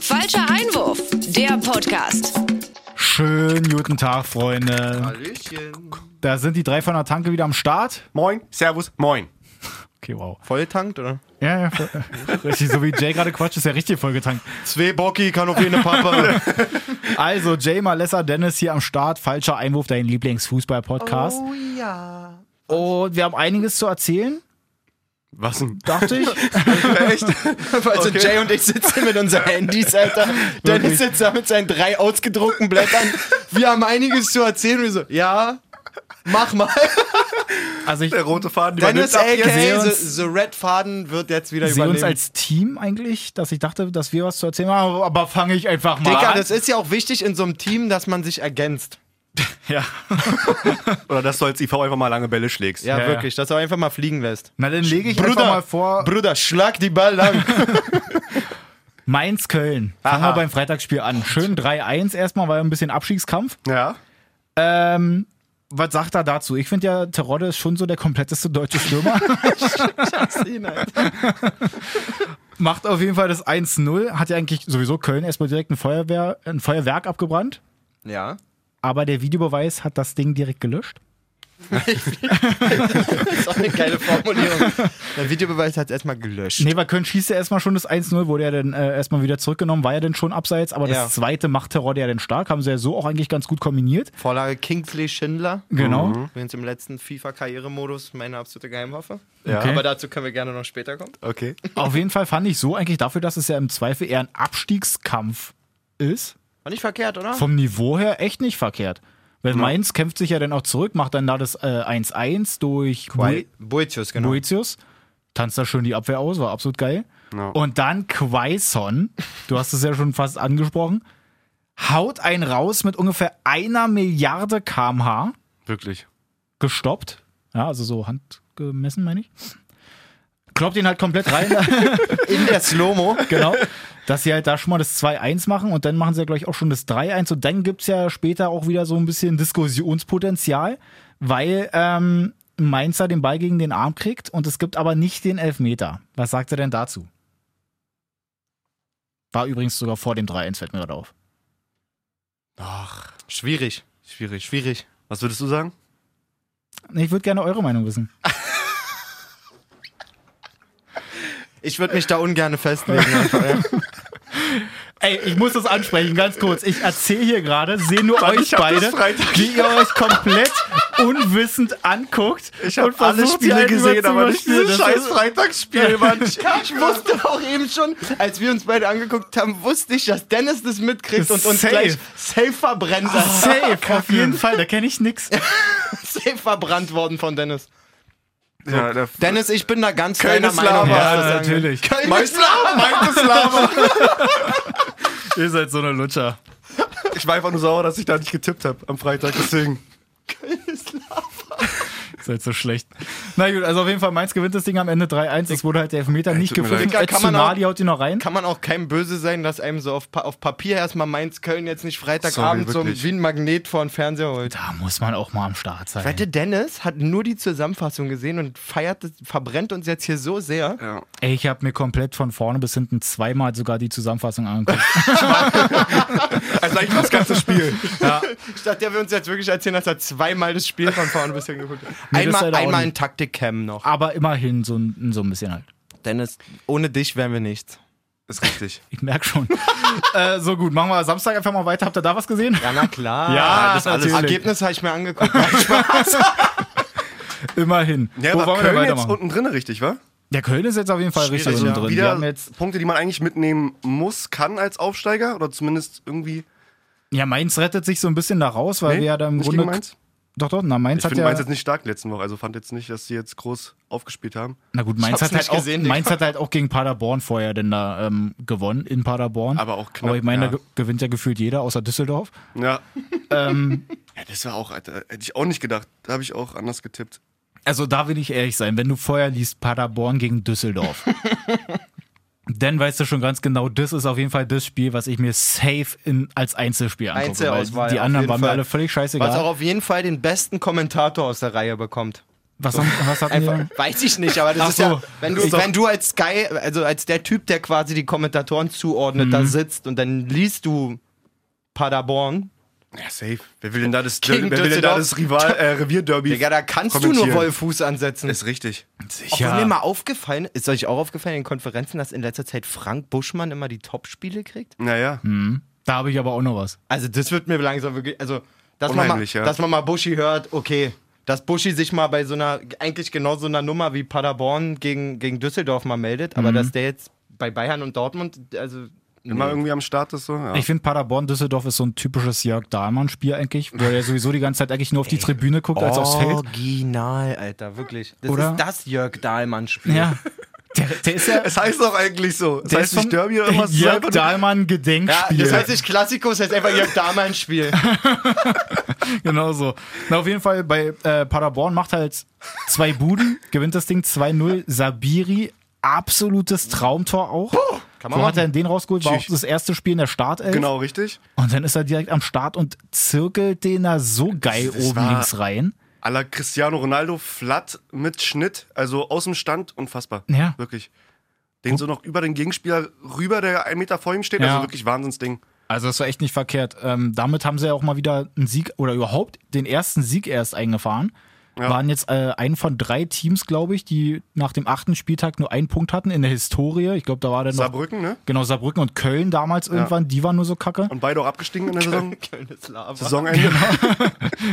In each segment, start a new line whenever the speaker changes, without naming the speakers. Falscher Einwurf, der Podcast.
Schönen guten Tag, Freunde.
Hallöchen.
Da sind die drei von der Tanke wieder am Start.
Moin, Servus, Moin.
Okay, wow.
Volltankt, oder?
Ja, ja. voll- Richtig, so wie Jay gerade quatscht, ist ja richtig vollgetankt.
Zwei Bocki, Kanopine, Papa.
Also, Jay Malessa Dennis hier am Start. Falscher Einwurf, dein Lieblingsfußball-Podcast.
ja.
Oh.
Und wir haben einiges zu erzählen,
Was denn?
dachte ich.
Echt?
Also
Okay.
Jay und ich sitzen mit unseren Handys, Alter. Dennis sitzt da mit seinen drei ausgedruckten Blättern. Wir haben einiges zu erzählen. Wir so, ja, mach mal.
Also, ich
Der rote Faden
Dennis,
übernimmt ab jetzt.
sehe
aka the,
uns-
the Red Faden wird jetzt wieder
sehe uns
übernehmen.
als Team eigentlich, dass ich dachte, dass wir was zu erzählen haben, aber fange ich einfach mal
Digga,
an.
das ist ja auch wichtig in so einem Team, dass man sich ergänzt.
Ja.
Oder dass du als IV einfach mal lange Bälle schlägst.
Ja,
Ja, ja.
wirklich, dass du einfach mal fliegen lässt.
Na, dann lege ich einfach mal vor.
Bruder, schlag die Ball lang.
Mainz-Köln. Fangen wir beim Freitagsspiel an. Schön 3-1 erstmal, war ja ein bisschen Abstiegskampf.
Ja.
Ähm, was sagt er dazu? Ich finde ja, Terodde ist schon so der kompletteste deutsche Stürmer. halt. Macht auf jeden Fall das 1-0. Hat ja eigentlich sowieso Köln erstmal direkt ein, Feuerwehr, ein Feuerwerk abgebrannt.
ja.
Aber der Videobeweis hat das Ding direkt gelöscht.
Das ist auch eine geile Formulierung. Der Videobeweis hat erstmal gelöscht.
Nee, weil Köln schießt ja erstmal schon das 1-0, wurde ja dann äh, erstmal wieder zurückgenommen, war ja dann schon abseits. Aber
Ja.
das zweite macht Terodde ja dann stark. Haben sie ja so auch eigentlich ganz gut kombiniert.
Vorlage Kingsley Schindler.
Genau.
Mhm.
Übrigens im letzten FIFA-Karrieremodus meine absolute Geheimwaffe.
Ja.
Okay.
Aber dazu können wir gerne noch später kommen.
Okay.
Auf jeden Fall fand ich so eigentlich dafür, dass es ja im Zweifel eher ein Abstiegskampf ist.
War nicht verkehrt, oder?
vom Niveau her echt nicht verkehrt. Weil Mainz kämpft sich ja dann auch zurück, macht dann da das äh, 1-1 durch Bui-
Boetius, genau.
Boetius, tanzt da schön die Abwehr aus, war absolut geil.
Ja.
Und dann Quaison, du hast es ja schon fast angesprochen, haut einen raus mit ungefähr einer Milliarde kmh,
Wirklich.
gestoppt, ja, also so handgemessen, meine ich. Kloppt ihn halt komplett rein,
In der Slow-Mo.
genau. Dass sie halt da schon mal das 2-1 machen und dann machen sie ja, glaube ich, auch schon das 3-1 und dann gibt es ja später auch wieder so ein bisschen Diskussionspotenzial, weil ähm, Mainzer den Ball gegen den Arm kriegt und es gibt aber nicht den Elfmeter. Was sagt er denn dazu? War übrigens sogar vor dem 3-1, fällt mir gerade auf.
Ach,
Schwierig.
schwierig.
Schwierig.
Was würdest du sagen?
Ich würde gerne eure Meinung wissen.
Ich würde mich da ungern festlegen. einfach, ja.
Ey, ich muss das ansprechen, ganz kurz. Ich erzähle hier gerade, sehe nur euch
hab das
beide,
Freitag-
wie ihr euch komplett unwissend anguckt.
Ich habe
versucht,
alle
die
Spiele
einen
gesehen,
immer zu
aber nicht
überspielen.
dieses
Das
scheiß
ist-
Freitagsspiel, Mann.
Ich wusste auch eben schon, als wir uns beide angeguckt haben, wusste ich, dass Dennis das mitkriegt
Das
und uns
safe.
gleich safe Ah. verbrennt.
Safe, auf jeden Fall, da kenne ich nix.
safe verbrannt worden von Dennis.
Ja, der
Dennis, ich bin da ganz
Köln
deiner
ist Lava.
Meinung. was das
Ja,
angeht.
natürlich.
Köln ist
Meinst
Lava.
Meint das Lava.
Ihr seid so eine Lutscher.
Ich war einfach nur sauer, dass ich da nicht getippt habe am Freitag, deswegen.
Ihr seid so schlecht. Na gut, also auf jeden Fall, Mainz gewinnt das Ding am Ende 3-1. Es wurde halt der Elfmeter nicht
tut mir
gepfiffen.
leid. Kann man auch-
Tsunali haut ihn noch rein.
Kann man auch keinem böse sein, dass einem so auf, pa auf Papier erstmal Mainz-Köln jetzt nicht Freitagabend
Sorry,
so
wirklich.
wie ein Magnet vor den Fernseher holt.
Da muss man auch mal am Start sein.
Wette, Dennis hat nur die Zusammenfassung gesehen und feiert, das- verbrennt uns jetzt hier so sehr.
Ja.
Ey, ich habe mir komplett von vorne bis hinten zweimal sogar die Zusammenfassung angeguckt.
Also eigentlich das ganze Spiel.
Ich dachte, der will uns jetzt wirklich erzählen, dass er zweimal das Spiel von vorne bis hin geguckt hat.
Nee, das
Einmal,
leider auch
einmal
nicht.
ein Taktikcam noch.
Aber immerhin so, ein- so ein bisschen halt.
Ah, Dennis, ohne dich wären wir nichts.
Ist richtig.
Ich merk schon. äh, so gut, machen wir Samstag einfach mal weiter. Habt ihr da was gesehen?
Ja, na klar.
Ja, das
das
natürlich.
Ergebnis habe ich mir angeguckt.
Immerhin.
Ja,
Wo
aber
wollen wir denn
Köln jetzt
weitermachen?
unten drin, richtig, wa?
Der Köln ist jetzt auf jeden Fall richtig
Schwierig,
unten
ja.
drin. Wir
wieder
haben jetzt,
Punkte, Also, die man eigentlich mitnehmen muss, kann als Aufsteiger oder zumindest irgendwie.
ja, Mainz rettet sich so ein bisschen da raus, weil
Nee,
wir ja da im
nicht
Grunde.
gegen Mainz?
Doch, doch, na, Mainz
Ich
hat
finde
ja.
Mainz jetzt nicht stark letzten Woche, also fand jetzt nicht, dass sie jetzt groß aufgespielt haben.
Na gut, Mainz
hab's
hat, halt
nicht
auch,
gesehen, Digga.
Mainz hat halt auch gegen Paderborn vorher denn da ähm, gewonnen, in Paderborn.
Aber auch knapp,
Aber ich meine,
ja.
da ge- gewinnt ja gefühlt jeder, außer Düsseldorf.
Ja. ja, das war auch, Alter, hätte ich auch nicht gedacht. Da habe ich auch anders getippt.
Also da will ich ehrlich sein, wenn du vorher liest Paderborn gegen Düsseldorf, dann weißt du schon ganz genau, das ist auf jeden Fall das Spiel, was ich mir safe in, als Einzelspiel angucke.
Einzelauswahl,
weil die
auf
anderen
jeden
waren mir
Fall.
alle völlig
Was auch
scheißegal.
auf jeden Fall den besten Kommentator aus der Reihe bekommt.
Was, haben, was hatten
Einfach,
wir?
weiß ich nicht, aber das
Ach
ist
so.
ja, wenn du,
Ist doch-
wenn du als Sky, also als der Typ, der quasi die Kommentatoren zuordnet, da sitzt und dann liest du Paderborn,
Ja, safe. Wer will denn da das, wer will
Gegen
denn da
Düsseldorf.
das Rival, äh, Revierderby?
Digga, da kannst du nur
kommentieren.
Wollfuß ansetzen.
Ist richtig.
Auch wenn mir mal aufgefallen ist, ist euch auch aufgefallen in den Konferenzen, dass in letzter Zeit Frank Buschmann immer die Top-Spiele kriegt?
Naja.
Da habe ich aber auch noch was.
Also das wird mir langsam wirklich, also dass man, mal,
Unheimlich, ja.
dass man mal Buschi hört, okay, dass Buschi sich mal bei so einer, eigentlich genau so einer Nummer wie Paderborn gegen, gegen Düsseldorf mal meldet, aber dass der jetzt bei Bayern und Dortmund, also
Immer irgendwie am Start ist so. Ja.
Ich finde, Paderborn-Düsseldorf ist so ein typisches Jörg Dahlmann-Spiel eigentlich, wo er sowieso die ganze Zeit eigentlich nur auf die Tribüne guckt, als
Oh.
aufs Feld.
original, Alter, wirklich. Das
Oder?
ist das Jörg Dahlmann-Spiel.
Ja. Der, der ist ja.
es heißt doch eigentlich so. Es
Der
heißt
ist
nicht
vom
Derby oder irgendwas. es ist Äh,
Jörg
einfach nur-
Ja,
Dahlmann-Gedenkspiel.
das heißt nicht Klassiko, das heißt einfach Jörg Dahlmann-Spiel.
Genau so. Na, auf jeden Fall bei äh, Paderborn macht halt zwei Buden, gewinnt das Ding 2-0. Sabiri, absolutes Traumtor auch.
Kann man
Wo hat er denn
machen.
den rausgeholt? War auch
Tschüss.
das erste Spiel in der Startelf.
Genau, richtig.
Und dann ist er direkt am Start und zirkelt den da so geil
das
oben
war-
links rein.
À la Cristiano Ronaldo, flat mit Schnitt, also aus dem Stand, unfassbar.
Ja.
Wirklich. Den so noch über den Gegenspieler rüber, der einen Meter vor ihm steht,
Ja.
also wirklich Wahnsinnsding.
Also das war echt nicht verkehrt. Ähm, damit haben sie ja auch mal wieder einen Sieg oder überhaupt den ersten Sieg erst eingefahren. Waren jetzt äh, ein von drei Teams, glaube ich, die nach dem achten Spieltag nur einen Punkt hatten in der Historie. Ich glaube, da war dann noch
Saarbrücken, ne?
Genau, Saarbrücken und Köln damals irgendwann, die waren nur so kacke.
Und beide auch abgestiegen in der Saison.
Genau.
Schönes Lava.
Saisonende.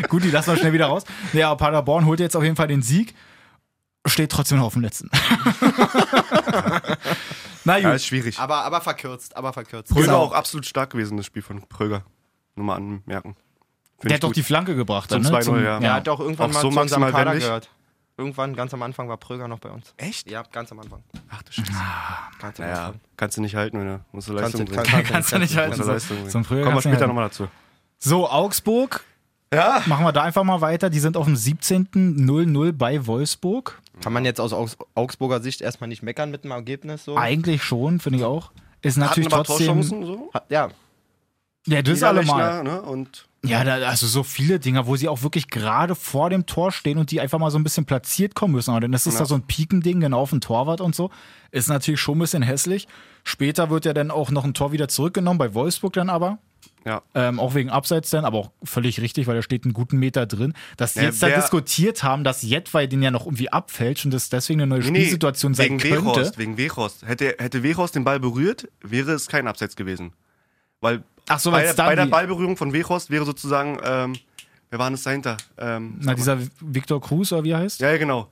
Gut, die lassen wir schnell wieder raus. Ja, aber Paderborn holt jetzt auf jeden Fall den Sieg, steht trotzdem noch auf dem letzten. Na
Ja,
gut,
ist schwierig.
Aber, aber verkürzt, aber verkürzt.
Pröger
Genau.
auch absolut stark gewesen, das Spiel von Pröger. Nur mal anmerken.
der
Find ich
hat doch
gut.
die Flanke gebracht.
Zum
dann, ne?
2-0, ja.
Er hat auch irgendwann
Auch
mal
so
zu unserem
maximal
Kader
wendig?
gehört. Irgendwann, ganz am Anfang, war Pröger noch bei uns.
Echt?
Ja, ganz am Anfang.
Ach du Scheiße.
Ganz am
Naja,
Anfang.
kannst du nicht halten, wenn du musst du Leistung bringen.
Ah. Kannst du nicht halten.
Musst du
so.
Leistung bringen.
Zum Pröger
Kommen wir
kannst du nicht
später
halten.
nochmal dazu.
So, Augsburg,
Ja.
machen wir da einfach mal weiter. Die sind auf dem 17. 0-0 bei Wolfsburg.
Kann man jetzt aus Augs Augsburger Sicht erstmal nicht meckern mit dem Ergebnis so?
Eigentlich schon, finde ich auch. Ist natürlich
Oh. Hatten aber
trotzdem.
Torchancen so.
Hat- Ja,
Ja, das allemal.
Niederlechner, Ne? Und
Ja, da, also so viele Dinger, wo sie auch wirklich gerade vor dem Tor stehen und die einfach mal so ein bisschen platziert kommen müssen. Aber dann ist es da so ein Pikending, genau auf den Torwart und so. Ist natürlich schon ein bisschen hässlich. Später wird ja dann auch noch ein Tor wieder zurückgenommen, bei Wolfsburg dann aber.
ja.
Ähm, auch wegen Abseits dann, aber auch völlig richtig, weil da steht einen guten Meter drin. Dass die
Ja,
jetzt da
wer-
diskutiert haben, dass Jedwai den ja noch irgendwie abfälscht und das deswegen eine neue
Nee, nee,
Spielsituation sein
wegen
könnte.
Wechhorst, wegen Wechhorst. Hätte, hätte Wechhorst den Ball berührt, wäre es kein Abseits gewesen. Weil
Ach so,
bei,
weil's
der,
dann
bei der
die-
Ballberührung von Wechhorst wäre sozusagen, ähm, wer war denn das dahinter? Ähm,
Na, dieser Viktor Cruz, oder wie er heißt?
ja, ja, genau.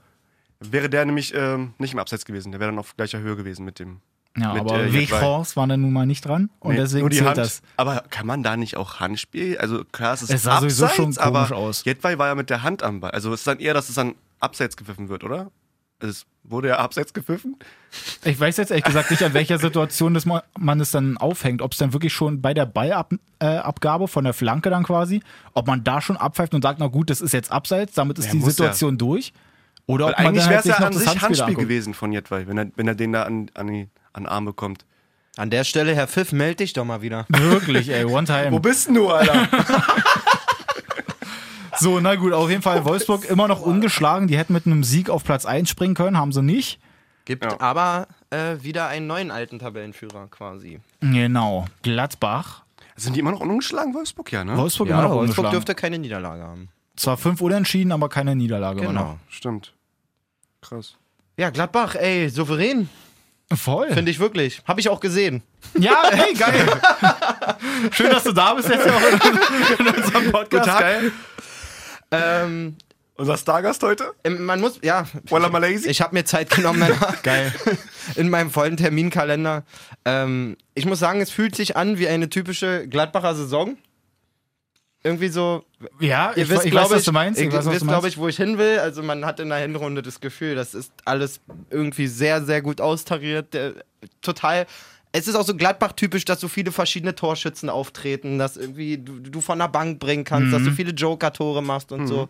Wäre der nämlich ähm, nicht im Abseits gewesen. Der wäre dann auf gleicher Höhe gewesen mit dem.
Ja,
mit,
aber
äh,
äh,
Jedwai.
Wechhorst war dann nun mal nicht dran und
Nee,
deswegen
nur die
zählt
Hand.
das.
Aber kann man da nicht auch Handspiel? Also klar, es ist
Es sah sowieso
Abseits,
schon
aber
komisch aus.
Jedwai war ja mit der Hand am Ball. Also es ist dann eher, dass es dann Abseits gepfiffen wird, oder? Also es wurde ja Abseits gepfiffen.
Ich weiß jetzt ehrlich gesagt nicht, an welcher Situation das ma- man es dann aufhängt. Ob es dann wirklich schon bei der Ballabgabe äh, Abgabe von der Flanke dann quasi, ob man da schon abpfeift und sagt, na gut, das ist jetzt abseits, damit ist
Ja,
die
muss ja.
Situation durch. Oder
Weil
ob man
eigentlich
dann
wäre
halt
es
sich
ja
noch
an
das
sich Handspiel,
Handspiel, anguckt.
gewesen von Jedwai, wenn er, wenn er den da an, an, die, an den Arm bekommt.
an der Stelle, Herr Pfiff, melde dich doch mal wieder.
Wirklich, ey, one time.
bist denn du, Alter?
So, na gut, auf jeden
Oh,
Fall Wolfsburg immer noch ungeschlagen. Die hätten mit einem Sieg auf Platz 1 springen können, haben sie nicht.
Gibt
Ja.
aber äh, wieder einen neuen alten Tabellenführer quasi.
Genau, Gladbach.
Sind die immer noch ungeschlagen, Wolfsburg, ja, ne?
Wolfsburg immer noch
Wolfsburg
ungeschlagen.
dürfte keine Niederlage haben.
Zwar fünf Unentschieden, aber keine Niederlage. immer
Genau.
Stimmt. Krass.
Ja, Gladbach, ey, souverän,
noch. Voll.
finde ich wirklich. Habe ich auch gesehen.
Ja, hey, geil. Schön, dass du da bist jetzt ja auch in unserem Podcast.
geil.
Ähm,
Unser Stargast heute?
ähm, man muss, ja,
Walla Malaysia?
ich habe mir Zeit genommen.
Geil.
in meinem vollen Terminkalender. Ähm, ich muss sagen, es fühlt sich an wie eine typische Gladbacher Saison. Irgendwie so,
Ja,
ihr
ich,
wisst,
ich
glaube
weiß, was du meinst.
ihr
Ich weiß, was
wisst,
du
glaube
meinst.
ich, wo ich hin will. Also man hat in der Hinrunde das Gefühl, das ist alles irgendwie sehr, sehr gut austariert. Der, total. Es ist auch so Gladbach-typisch, dass so viele verschiedene Torschützen auftreten, dass irgendwie du, du von der Bank bringen kannst, dass du
Mhm.
viele Joker-Tore machst und so.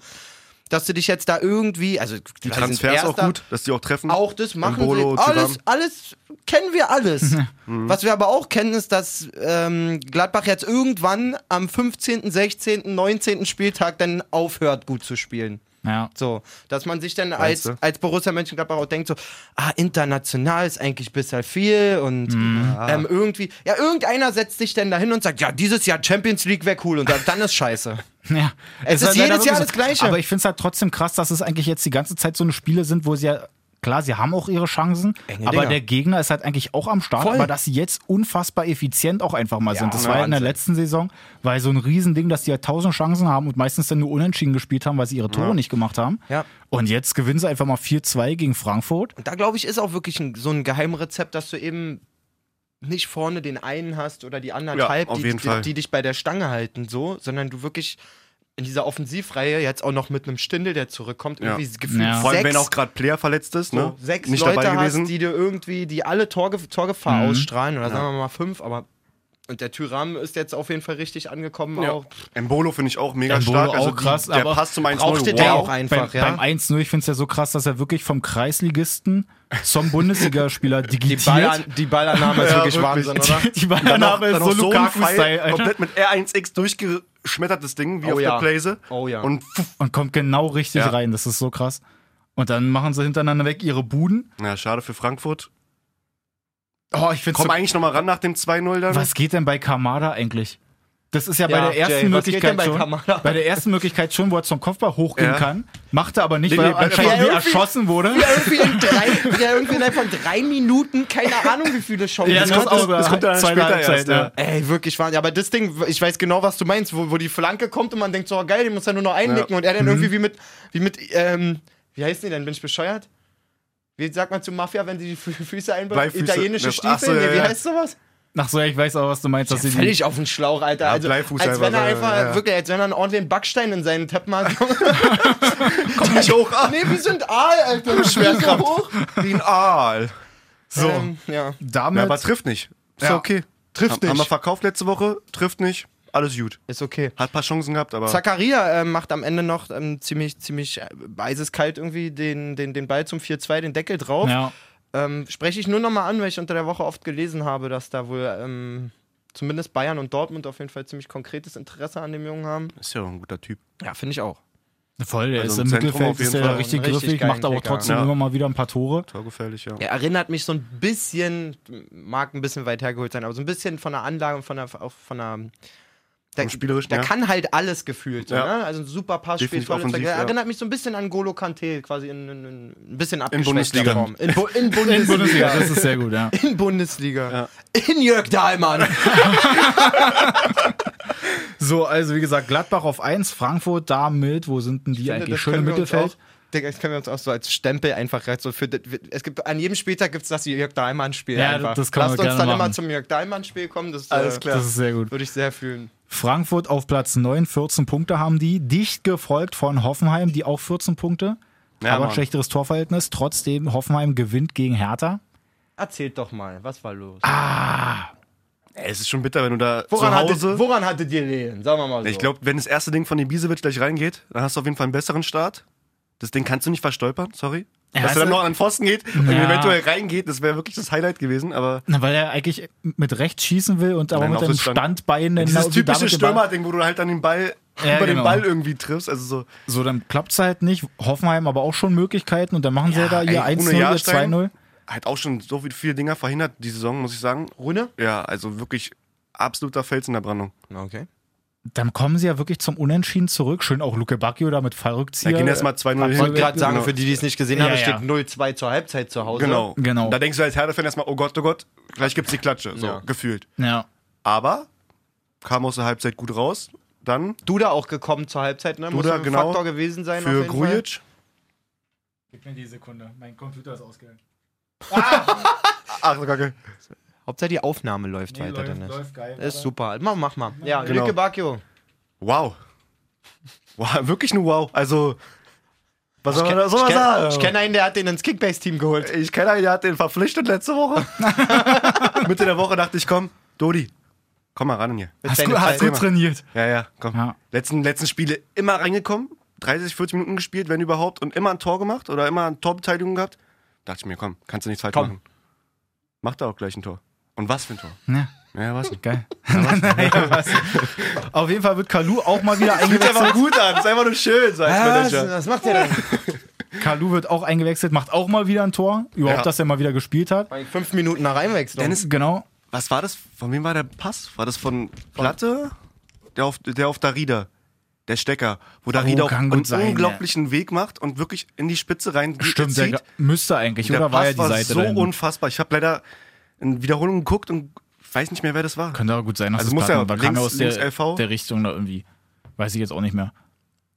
Dass du dich jetzt da irgendwie, also
Die Transfers auch gut, dass die auch treffen.
auch das machen
Embolo,
sie. Alles,
Thuram.
alles kennen wir alles. Was wir aber auch kennen, ist, dass ähm, Gladbach jetzt irgendwann am 15., 16., 19. Spieltag dann aufhört, gut zu spielen.
Ja.
So, dass man sich dann als,
du?
als Borussia Mönchengladbach auch denkt so, ah, international ist eigentlich bisher viel und ähm, irgendwie, ja, irgendeiner setzt sich dann dahin und sagt, ja, dieses Jahr Champions League wäre cool und dann, dann ist scheiße.
Ja.
Es ist
halt leider
jedes Jahr
wirklich
das Gleiche.
Aber ich finde es halt trotzdem krass, dass es eigentlich jetzt die ganze Zeit so eine Spiele sind, wo sie ja, klar, sie haben auch ihre Chancen,
Enge
aber
Dinger.
der Gegner ist halt eigentlich auch am Start,
Voll.
aber dass sie jetzt unfassbar effizient auch einfach mal sind. Das
na,
war ja in der
Wahnsinn.
letzten Saison, weil so ein Riesending, dass die ja tausend Chancen haben und meistens dann nur unentschieden gespielt haben, weil sie ihre Tore nicht gemacht haben.
Ja.
Und jetzt gewinnen sie einfach mal 4-2 gegen Frankfurt.
Und da glaube ich, ist auch wirklich ein, so ein Geheimrezept, dass du eben nicht vorne den einen hast oder die anderthalb,
auf
die,
jeden
die,
Fall.
die dich bei der Stange halten, so, sondern du wirklich in dieser Offensivreihe jetzt auch noch mit einem Stindel, der zurückkommt,
Ja.
irgendwie gefühlt
Ja.
Vor allem,
sechs,
wenn auch gerade Player verletzt ist, ne?
so, sechs
Nicht
Leute
dabei gewesen.
hast, die dir irgendwie, die alle Torge Torgefahr
Mhm.
ausstrahlen, oder sagen wir mal fünf, aber und der Tyram ist jetzt auf jeden Fall richtig angekommen
ja.
auch.
Embolo finde ich auch mega
Embolo
stark.
auch
also
krass,
die, der
aber
passt zum 1-0.
brauchte
wow.
der auch einfach,
beim,
ja.
beim 1-0, ich finde es ja so krass, dass er wirklich vom Kreisligisten zum Bundesligaspieler
Die,
digitiert.
Ballan die Ballannahme ist
Ja,
wirklich,
wirklich.
Wahnsinn, oder?
Die
Dann noch-
Ballannahme
dann
ist
noch
so
ein Pfeil,
Lukaku-Style, Alter.
Komplett mit R1X durchgeschmettertes Ding, wie
Oh
auf der
ja.
Blaze.
Oh ja.
Und pfuff.
Und kommt genau richtig
Ja.
rein, das ist so krass. Und dann machen sie hintereinander weg ihre Buden.
Na, schade für Frankfurt.
Oh, ich find's
Kommen
so,
eigentlich nochmal ran nach dem 2-0 dann.
Was geht denn bei Kamada eigentlich? Das ist ja,
Ja,
bei der ersten
Jay, was geht denn
Möglichkeit
bei
schon.
Kamada?
Bei der ersten Möglichkeit schon, wo er zum Kopfball hochgehen
Ja.
kann. Machte aber nicht,
Nee,
weil
nee,
er
bleibt
anscheinend
einfach-
irgendwie
Ja, irgendwie-
erschossen wurde.
Ja, irgendwie in drei, ja, irgendwie innerhalb von drei Minuten, keine Ahnung, wie viele Chancen.
Ja,
es
das
kommt-
auch-
das kommt dann
zweite
später
Halbzeit,
erst, ja.
Ey, wirklich Wahnsinn. Aber das Ding, ich weiß genau, was du meinst, wo, wo die Flanke kommt und man denkt so, oh, geil, die muss ja nur noch einnicken. Und er dann irgendwie
Mhm.
wie mit, wie mit, ähm, wie heißt die denn? Bin ich bescheuert? Wie sagt man zu Mafia, wenn sie die Fü Füße einwirft?
Bleifüße.
Italienische
Das-
Stiefel?
ach so, ja,
nee, wie
ja. Hm.
heißt sowas?
Ach so, ja, ich weiß auch, was du meinst. Dass sie die-
Völlig auf den Schlauch, Alter. also,
Bleifuß
als wenn er
einfach,
einfach,
ja, ja.
wirklich, als wenn er einen ordentlichen Backstein in seinen Teppen hat.
kommt nicht hoch an?
nee, wir sind Aal, Alter. Wir sind so hoch.
Wie ein Aal.
so,
Ähm, ja.
Ja,
damit.
aber trifft nicht. Ist
Ja.
okay.
Trifft
Haben-
nicht.
Haben wir verkauft letzte Woche, trifft nicht. Alles gut.
Ist okay.
Hat ein paar Chancen gehabt, aber.
Zakaria äh, macht am Ende noch ähm, ziemlich, ziemlich äh, eiseskalt irgendwie den, den, den Ball zum 4-2, den Deckel drauf.
ja.
Ähm, Spreche ich nur nochmal an, weil ich unter der Woche oft gelesen habe, dass da wohl ähm, zumindest Bayern und Dortmund auf jeden Fall ziemlich konkretes Interesse an dem Jungen haben.
Ist ja auch ein guter Typ.
Ja, finde ich auch.
Voll, der
Also
ist
im
im
Zentrum
Mittelfeld,
auf jeden
ist der
Fall
da richtig
einen richtig
griffig,
geilen
macht aber
Kicker.
trotzdem
Ja.
immer mal wieder ein paar Tore.
Torgefährlich, ja.
Er erinnert mich so ein bisschen, mag ein bisschen weit hergeholt sein, aber so ein bisschen von der Anlage und von der, auch von der. Der,
Vom Spielerischen,
der
ja.
kann halt alles gefühlt. So,
Ja.
ne? Also ein super Passspiel.
Definitiv
tolles
offensiv,
Vergleich.
ja.
Erinnert mich so ein bisschen an Golo Kante, quasi in, in, in ein bisschen abgeschwächter
Bundesliga.
Form. In, Bu in Bundesliga.
In Bundesliga, das ist sehr gut, ja.
In Bundesliga. In Jörg Dahlmann.
So, also wie gesagt, Gladbach auf 1, Frankfurt damit, wo sind denn die eigentlich? Schön im Mittelfeld.
Digga, das können wir uns auch so als Stempel einfach rein- so für das- es gibt an jedem Spieltag gibt es das Jörg Dahlmann Spiel
Ja,
einfach.
das können wir
Lasst uns
gerne
dann
machen.
immer zum Jörg Dahlmann Spiel kommen, das äh,
Das ist sehr gut.
würde ich sehr fühlen.
Frankfurt auf Platz 9, 14 Punkte haben die, dicht gefolgt von Hoffenheim, die auch 14 Punkte,
Ja,
aber ein
Mann.
schlechteres Torverhältnis. Trotzdem, Hoffenheim gewinnt gegen Hertha.
Erzählt doch mal, was war los?
Ey, es ist schon bitter, wenn du da
woran,
zu Hause.
hattet, woran hattet ihr Lehen? Sagen wir mal so.
ich glaube, wenn das erste Ding von Ibisevic gleich reingeht, dann hast du auf jeden Fall einen besseren Start. Das Ding kannst du nicht verstolpern, sorry. Dass
hast
also-
er dann
du-
noch an den Pfosten geht und
Ja.
eventuell reingeht, das wäre wirklich das Highlight gewesen, aber.
Na, weil er eigentlich mit rechts schießen will und aber
Dann
mit
auf
dem
das Stand-
Standbein
Genau,
dann
Dieses
irgendwie
typische
damit den Ball-
Stürmer-Ding, wo du halt dann den Ball
Ja,
über
genau.
den Ball irgendwie triffst. Also so,
So, dann klappt es halt nicht. Hoffenheim aber auch schon Möglichkeiten und dann machen sie ja, da
ey,
ihr
ohne
1-0, ihr
Jahrstein.
2-0.
hat auch schon so viel- viele Dinger verhindert, die Saison, muss ich sagen.
Rune?
Ja, also wirklich absoluter Fels in der Brandung.
Okay.
Dann kommen sie ja wirklich zum Unentschieden zurück. Schön auch Luke Bacchio da mit Fallrückzieher.
Da gehen erstmal 2-0
Ich
hin.
wollte gerade sagen,
Genau.
für die, die es nicht gesehen
Ja,
haben, es
ja.
steht 0-2 zur Halbzeit zu Hause.
Genau.
Genau.
Da denkst du als Hertha-Fan erstmal, oh Gott, oh Gott, gleich gibt's die Klatsche, so
Ja.
gefühlt.
Ja.
Aber kam aus der Halbzeit gut raus. Dann
Duda auch gekommen zur Halbzeit, ne? Muss
Duda,
ein
genau.
Faktor gewesen sein. auf
für
jeden Fall.
Grujic.
Gib mir die Sekunde. Mein Computer ist ausgegangen.
Ach, kacke.
Hauptsache die Aufnahme läuft weiter, Dennis.
geil.
Ist super. Mach, mach mal. Ja,
Genau.
Lücke Bacchio.
Wow. wow. Wirklich nur wow. Also, was soll
Ich
man da
kenn-
soll man
ich kenn- Ich
sagen?
kenne einen, der hat den ins Kickbase-Team geholt.
Ich kenne einen, der hat den verpflichtet letzte Woche. Mitte der Woche dachte ich, komm, Dodi, komm mal ran hier.
Hast,
Deine
du, hast du
Fall-
trainiert?
Ja, ja, komm.
Ja.
Letzten, letzten Spiele immer reingekommen, 30, 40 Minuten gespielt, wenn überhaupt, und immer ein Tor gemacht oder immer eine Torbeteiligung gehabt. Dachte ich mir, komm, kannst du nichts falsch
Komm.
machen. Macht er auch gleich ein Tor. Und was für ein Tor?
Ja.
Ja, was?
Geil. naja, was? Auf jeden Fall wird Kalu auch mal wieder
Fühlt
eingewechselt.
einfach gut an. Ist einfach nur schön, so als Manager.
macht ihr denn?
Kalu wird auch eingewechselt, macht auch mal wieder ein Tor. Überhaupt,
Ja.
dass er mal wieder gespielt hat.
Fünf Minuten nach Einwechslung.
Dennis-
Genau.
Was war das? Von wem war der Pass? War das von Platte? Der auf, der auf Darida. Der Stecker, wo Darida auch
oh, kann
einen
gut sein,
unglaublichen Weg macht und wirklich in die Spitze rein
Stimmt,
zieht.
der müsste eigentlich,
Der
oder war
Pass
ja die
war
Seite
so
drin?
unfassbar. Ich habe leider in Wiederholung geguckt und weiß nicht mehr, wer das war.
Könnte aber gut sein, dass
Also
es
muss
Platten
ja
war. Kam
links-
aus der,
links LV.
der Richtung da irgendwie. Weiß ich jetzt auch nicht mehr.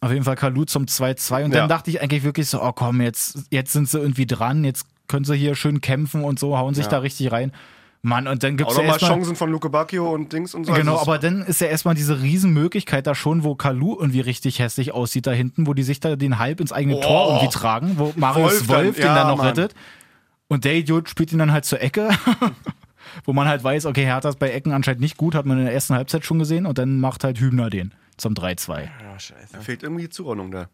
Auf jeden Fall Kalu zum 2-2. Und dann
Ja.
dachte ich eigentlich wirklich so, oh komm, jetzt, jetzt sind sie irgendwie dran, jetzt können sie hier schön kämpfen und so, hauen sich da richtig rein. Mann, und dann gibt's
Auch
ja
nochmal
erstmal...
Chancen von Luke Bacchio und Dings und so.
Genau,
Also es-
aber dann ist ja erstmal diese Riesenmöglichkeit da schon, wo Kalu irgendwie richtig hässlich aussieht da hinten, wo die sich da den halb ins eigene Tor irgendwie tragen, wo Marius Wolf,
Wolf
den
dann- ja,
dann noch
Mann.
rettet. Und der Idiot spielt ihn dann halt zur Ecke, wo man halt weiß, okay, Hertha ist bei Ecken anscheinend nicht gut, hat man in der ersten Halbzeit schon gesehen und dann macht halt Hübner den zum 3-2.
Da fehlt irgendwie die Zuordnung da.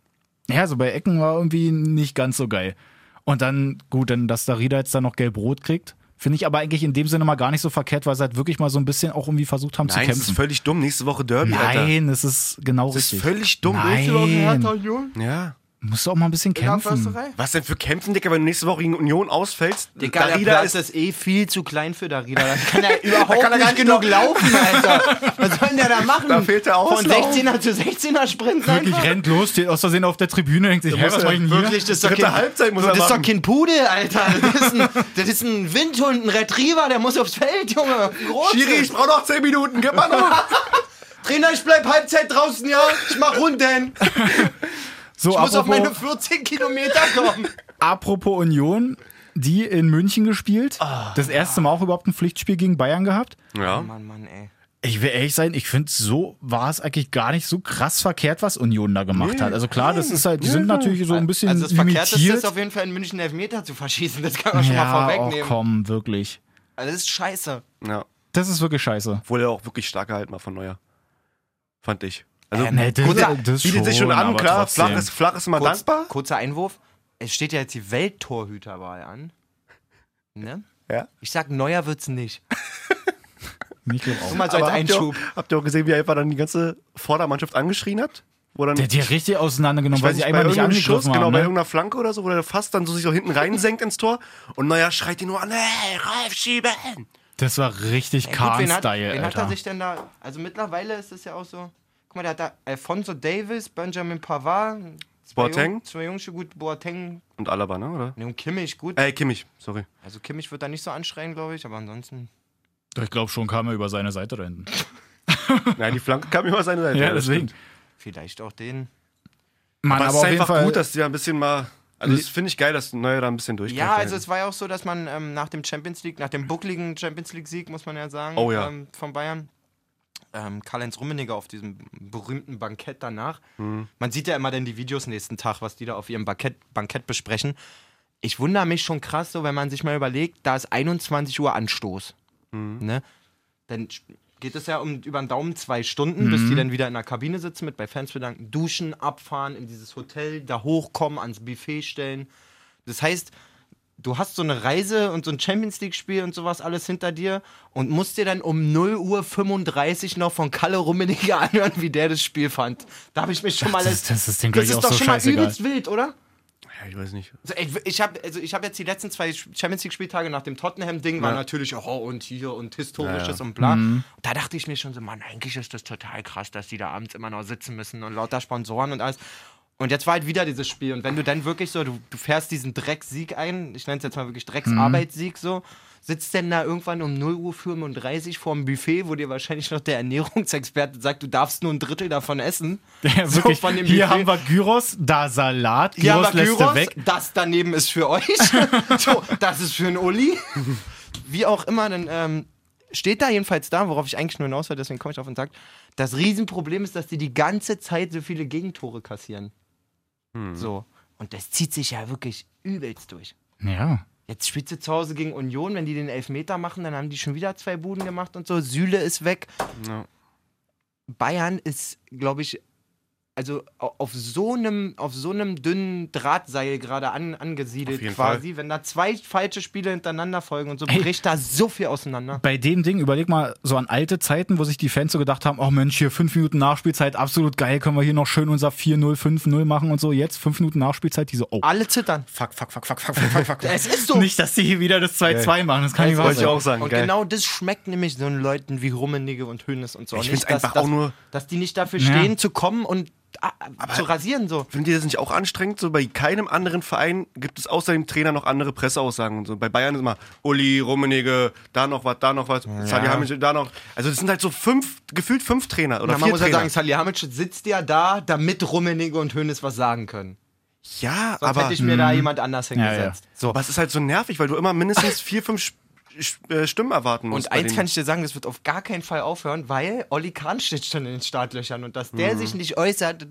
Ja, also bei Ecken war irgendwie nicht ganz so geil. Und dann, gut, dann, dass der Rieder jetzt dann noch gelb-rot kriegt, finde ich aber eigentlich in dem Sinne mal gar nicht so verkehrt, weil sie halt wirklich mal so ein bisschen auch irgendwie versucht haben zu
Nein, das
kämpfen.
ist völlig dumm. Nächste Woche Derby, Alter.
Nein, es ist genau
Das
richtig.
ist völlig dumm. Nächste Woche
Nein,
Union.
Ja.
musst du auch mal ein bisschen
Genau,
kämpfen.
Was denn für Kämpfen, Dicker, wenn du nächste Woche gegen Union ausfällst?
Digga, der
Darida
Platz
ist.
ist, eh viel zu klein für Darida. Da kann er überhaupt
kann er gar
nicht
nicht
genug laufen, Alter. Was soll denn der da machen?
Da fehlt der
Von
Auslauf.
16er zu 16er sprinten
Wirklich
einfach?
rennt los, steht aus Versehen auf der Tribüne, denkt sich, hä, was mach ich denn hier?
Wirklich, das ist doch
Dritte
kein,
Halbzeit muss
das
er
ist doch
machen.
kein Pudel, Alter. Das ist, ein, das ist ein Windhund, ein Retriever, der muss aufs Feld, Junge. Groß.
Schiri, ich brauch noch 10 Minuten, gib mal noch.
Trainer, ich bleib Halbzeit draußen, ja? Ich mach Runden. Ich
So,
muss
apropos,
auf meine 14 Kilometer kommen.
apropos Union, die in München gespielt, das erste Mal auch überhaupt ein Pflichtspiel gegen Bayern gehabt.
Ja.
Mann, Mann, ey.
Ich will ehrlich sein, ich finde, so war es eigentlich gar nicht so krass verkehrt, was Union da gemacht hat. Also klar, das ist halt, die sind natürlich so ein bisschen
Also das Verkehrteste
limitiert.
ist auf jeden Fall in München Elfmeter zu verschießen. Das kann man schon mal
ja, oh,
vorwegnehmen.
komm, wirklich.
also das ist scheiße.
ja.
Das ist wirklich scheiße.
Obwohl er auch wirklich stark gehalten war von Neuer. Fand ich. Also,
Äh,
Ähm,
nee, das-
gut, er
das
bietet sich schon
schon,
an,
aber
klar.
trotzdem.
Flach ist, flach ist immer
Kurz,
dankbar.
kurzer Einwurf. Es steht ja jetzt die Welttorhüterwahl an. Ne?
Ja.
Ich sag, neuer wird's nicht.
Ich glaub auch.
Nur mal so als
Aber habt ihr
Einschub.
Auch, habt ihr auch gesehen, wie er einfach dann die ganze Vordermannschaft angeschrien hat? Wo dann,
Der hat die richtig auseinandergenommen, weil sie einmal nicht
irgendeinem
angegriffen haben.
genau, bei
ne?
irgendeiner Flanke oder so, wo der fast dann so sich so hinten reinsenkt ins Tor und Neuer schreit ihn nur an, hey, Ralf, schieben!
Das war richtig
Ey, gut, wen hat,
Kahn-Style,
wen hat
Alter.
er sich denn da... Also mittlerweile ist es ja auch so... Guck mal, der hat da Alfonso Davis, Benjamin Pavard... zwei Jung-
Boateng.
Zwei Jungs, gut, Boateng...
Und Alaba, ne, oder?
Ne, und Kimmich, gut.
Äh, Kimmich, sorry.
Also Kimmich wird da nicht so anschreien, glaube ich, aber ansonsten...
Ich glaube schon, kam er über seine Seite da hinten.
Nein, die Flanke kam über seine Seite.
Ja,
das
deswegen.
stimmt.
Vielleicht auch den...
Mann, aber,
Aber, es ist
auf jeden
einfach
Fall.
gut, dass die da ein bisschen mal. Also, das finde ich geil, dass Neuer da ein bisschen durchkommt.
Ja, also es war ja auch so, dass man ähm, nach dem Champions League, nach dem buckligen Champions League-Sieg, muss man ja sagen,
Oh ja.
Ähm, von Bayern, ähm, Karl-Heinz Rummenigge auf diesem berühmten Bankett danach.
Mhm.
Man sieht ja immer dann die Videos nächsten Tag, was die da auf ihrem Bankett, Bankett besprechen. Ich wundere mich schon krass, so wenn man sich mal überlegt, da ist 21 Uhr Anstoß. Ne? Dann sch- geht es ja um über den Daumen zwei Stunden, bis
Mhm.
die dann wieder in der Kabine sitzen, mit bei Fans bedanken, duschen, abfahren, in dieses Hotel, da hochkommen, ans Buffet stellen. Das heißt, du hast so eine Reise und so ein Champions League-Spiel und sowas alles hinter dir und musst dir dann um 0 Uhr 35 noch von Kalle Rummenigge anhören, wie der das Spiel fand. Da habe ich mich schon mal.
das ist- das ist dem, glaub
das
ich,
ist
auch
doch
so
schon mal
scheißegal.
übelst wild, oder?
Ja, ich weiß nicht.
Also, ey, ich habe also ich hab jetzt die letzten zwei Champions League-Spieltage nach dem Tottenham-Ding, war natürlich auch oh, und hier und historisches und bla.
Mhm.
Da dachte ich mir schon so, Mann, eigentlich ist das total krass, dass die da abends immer noch sitzen müssen und lauter Sponsoren und alles. Und jetzt war halt wieder dieses Spiel. Und wenn du dann wirklich so, du, du fährst diesen Drecksieg ein, ich nenne es jetzt mal
Mhm.
wirklich Drecksarbeitssieg so, sitzt denn da irgendwann um 0.35 Uhr vorm Buffet, wo dir wahrscheinlich noch der Ernährungsexperte sagt, du darfst nur ein Drittel davon essen.
ja,
So
wirklich,
von dem
hier
Buffet.
haben wir Gyros, da Salat. Gyros,
Ja, aber
lässt
Gyros,
er weg.
das daneben ist für euch. so, das ist für einen Uli. Wie auch immer, dann ähm, steht da jedenfalls da, worauf ich eigentlich nur hinaus will, deswegen komme ich auf den Takt. Das Riesenproblem ist, dass die die ganze Zeit so viele Gegentore kassieren. So. Und das zieht sich ja wirklich übelst durch.
Ja.
Jetzt spielt sie zu Hause gegen Union, wenn die den Elfmeter machen, dann haben die schon wieder zwei Buden gemacht und so. Süle ist weg.
Ja.
Bayern ist, glaube ich, also au- auf so einem, auf so einem dünnen Drahtseil gerade an, angesiedelt
Auf jeden
quasi. Wenn da zwei falsche Spiele hintereinander folgen und so
Ey.
bricht da so viel auseinander.
Bei dem Ding, überleg mal so an alte Zeiten, wo sich die Fans so gedacht haben, oh Mensch, hier fünf Minuten Nachspielzeit, absolut geil, können wir hier noch schön unser 4-0, 5-0 machen und so. Jetzt fünf Minuten Nachspielzeit, die so, oh,
Alle zittern.
fuck, fuck, fuck, fuck, fuck, fuck, fuck, fuck.
Es ist so.
Nicht, dass die hier wieder das 2-2 machen, das kann ich
Wollte ich
auch.
auch sagen,
Und
geil.
genau das schmeckt nämlich so Leuten wie Rummenigge und Hönes und so.
Ich
Nicht,
find's
dass-
einfach
dass,
auch nur-
Dass die nicht dafür
Ja.
stehen, zu kommen und ah, zu rasieren so.
Findet ihr das nicht auch anstrengend? So bei keinem anderen Verein gibt es außer dem Trainer noch andere Presseaussagen und so. Bei Bayern ist immer Uli, Rummenigge, da noch was, da noch was, Salihamidzic, da noch. Also das sind halt so fünf, gefühlt fünf Trainer oder
Na, man
vier
muss ja
Trainer.
sagen, Salihamidzic sitzt ja da, damit Rummenigge und Hönes was sagen können.
ja,
Sonst
aber,
hätte ich mir
Hm.
da jemand anders hingesetzt.
so. aber es ist halt so nervig, weil du immer mindestens vier, fünf Sch- Sch- äh, Stimmen erwarten musst.
Und eins kann ich dir sagen, das wird auf gar keinen Fall aufhören, weil Olli Kahn steht schon in den Startlöchern und dass der sich nicht äußert,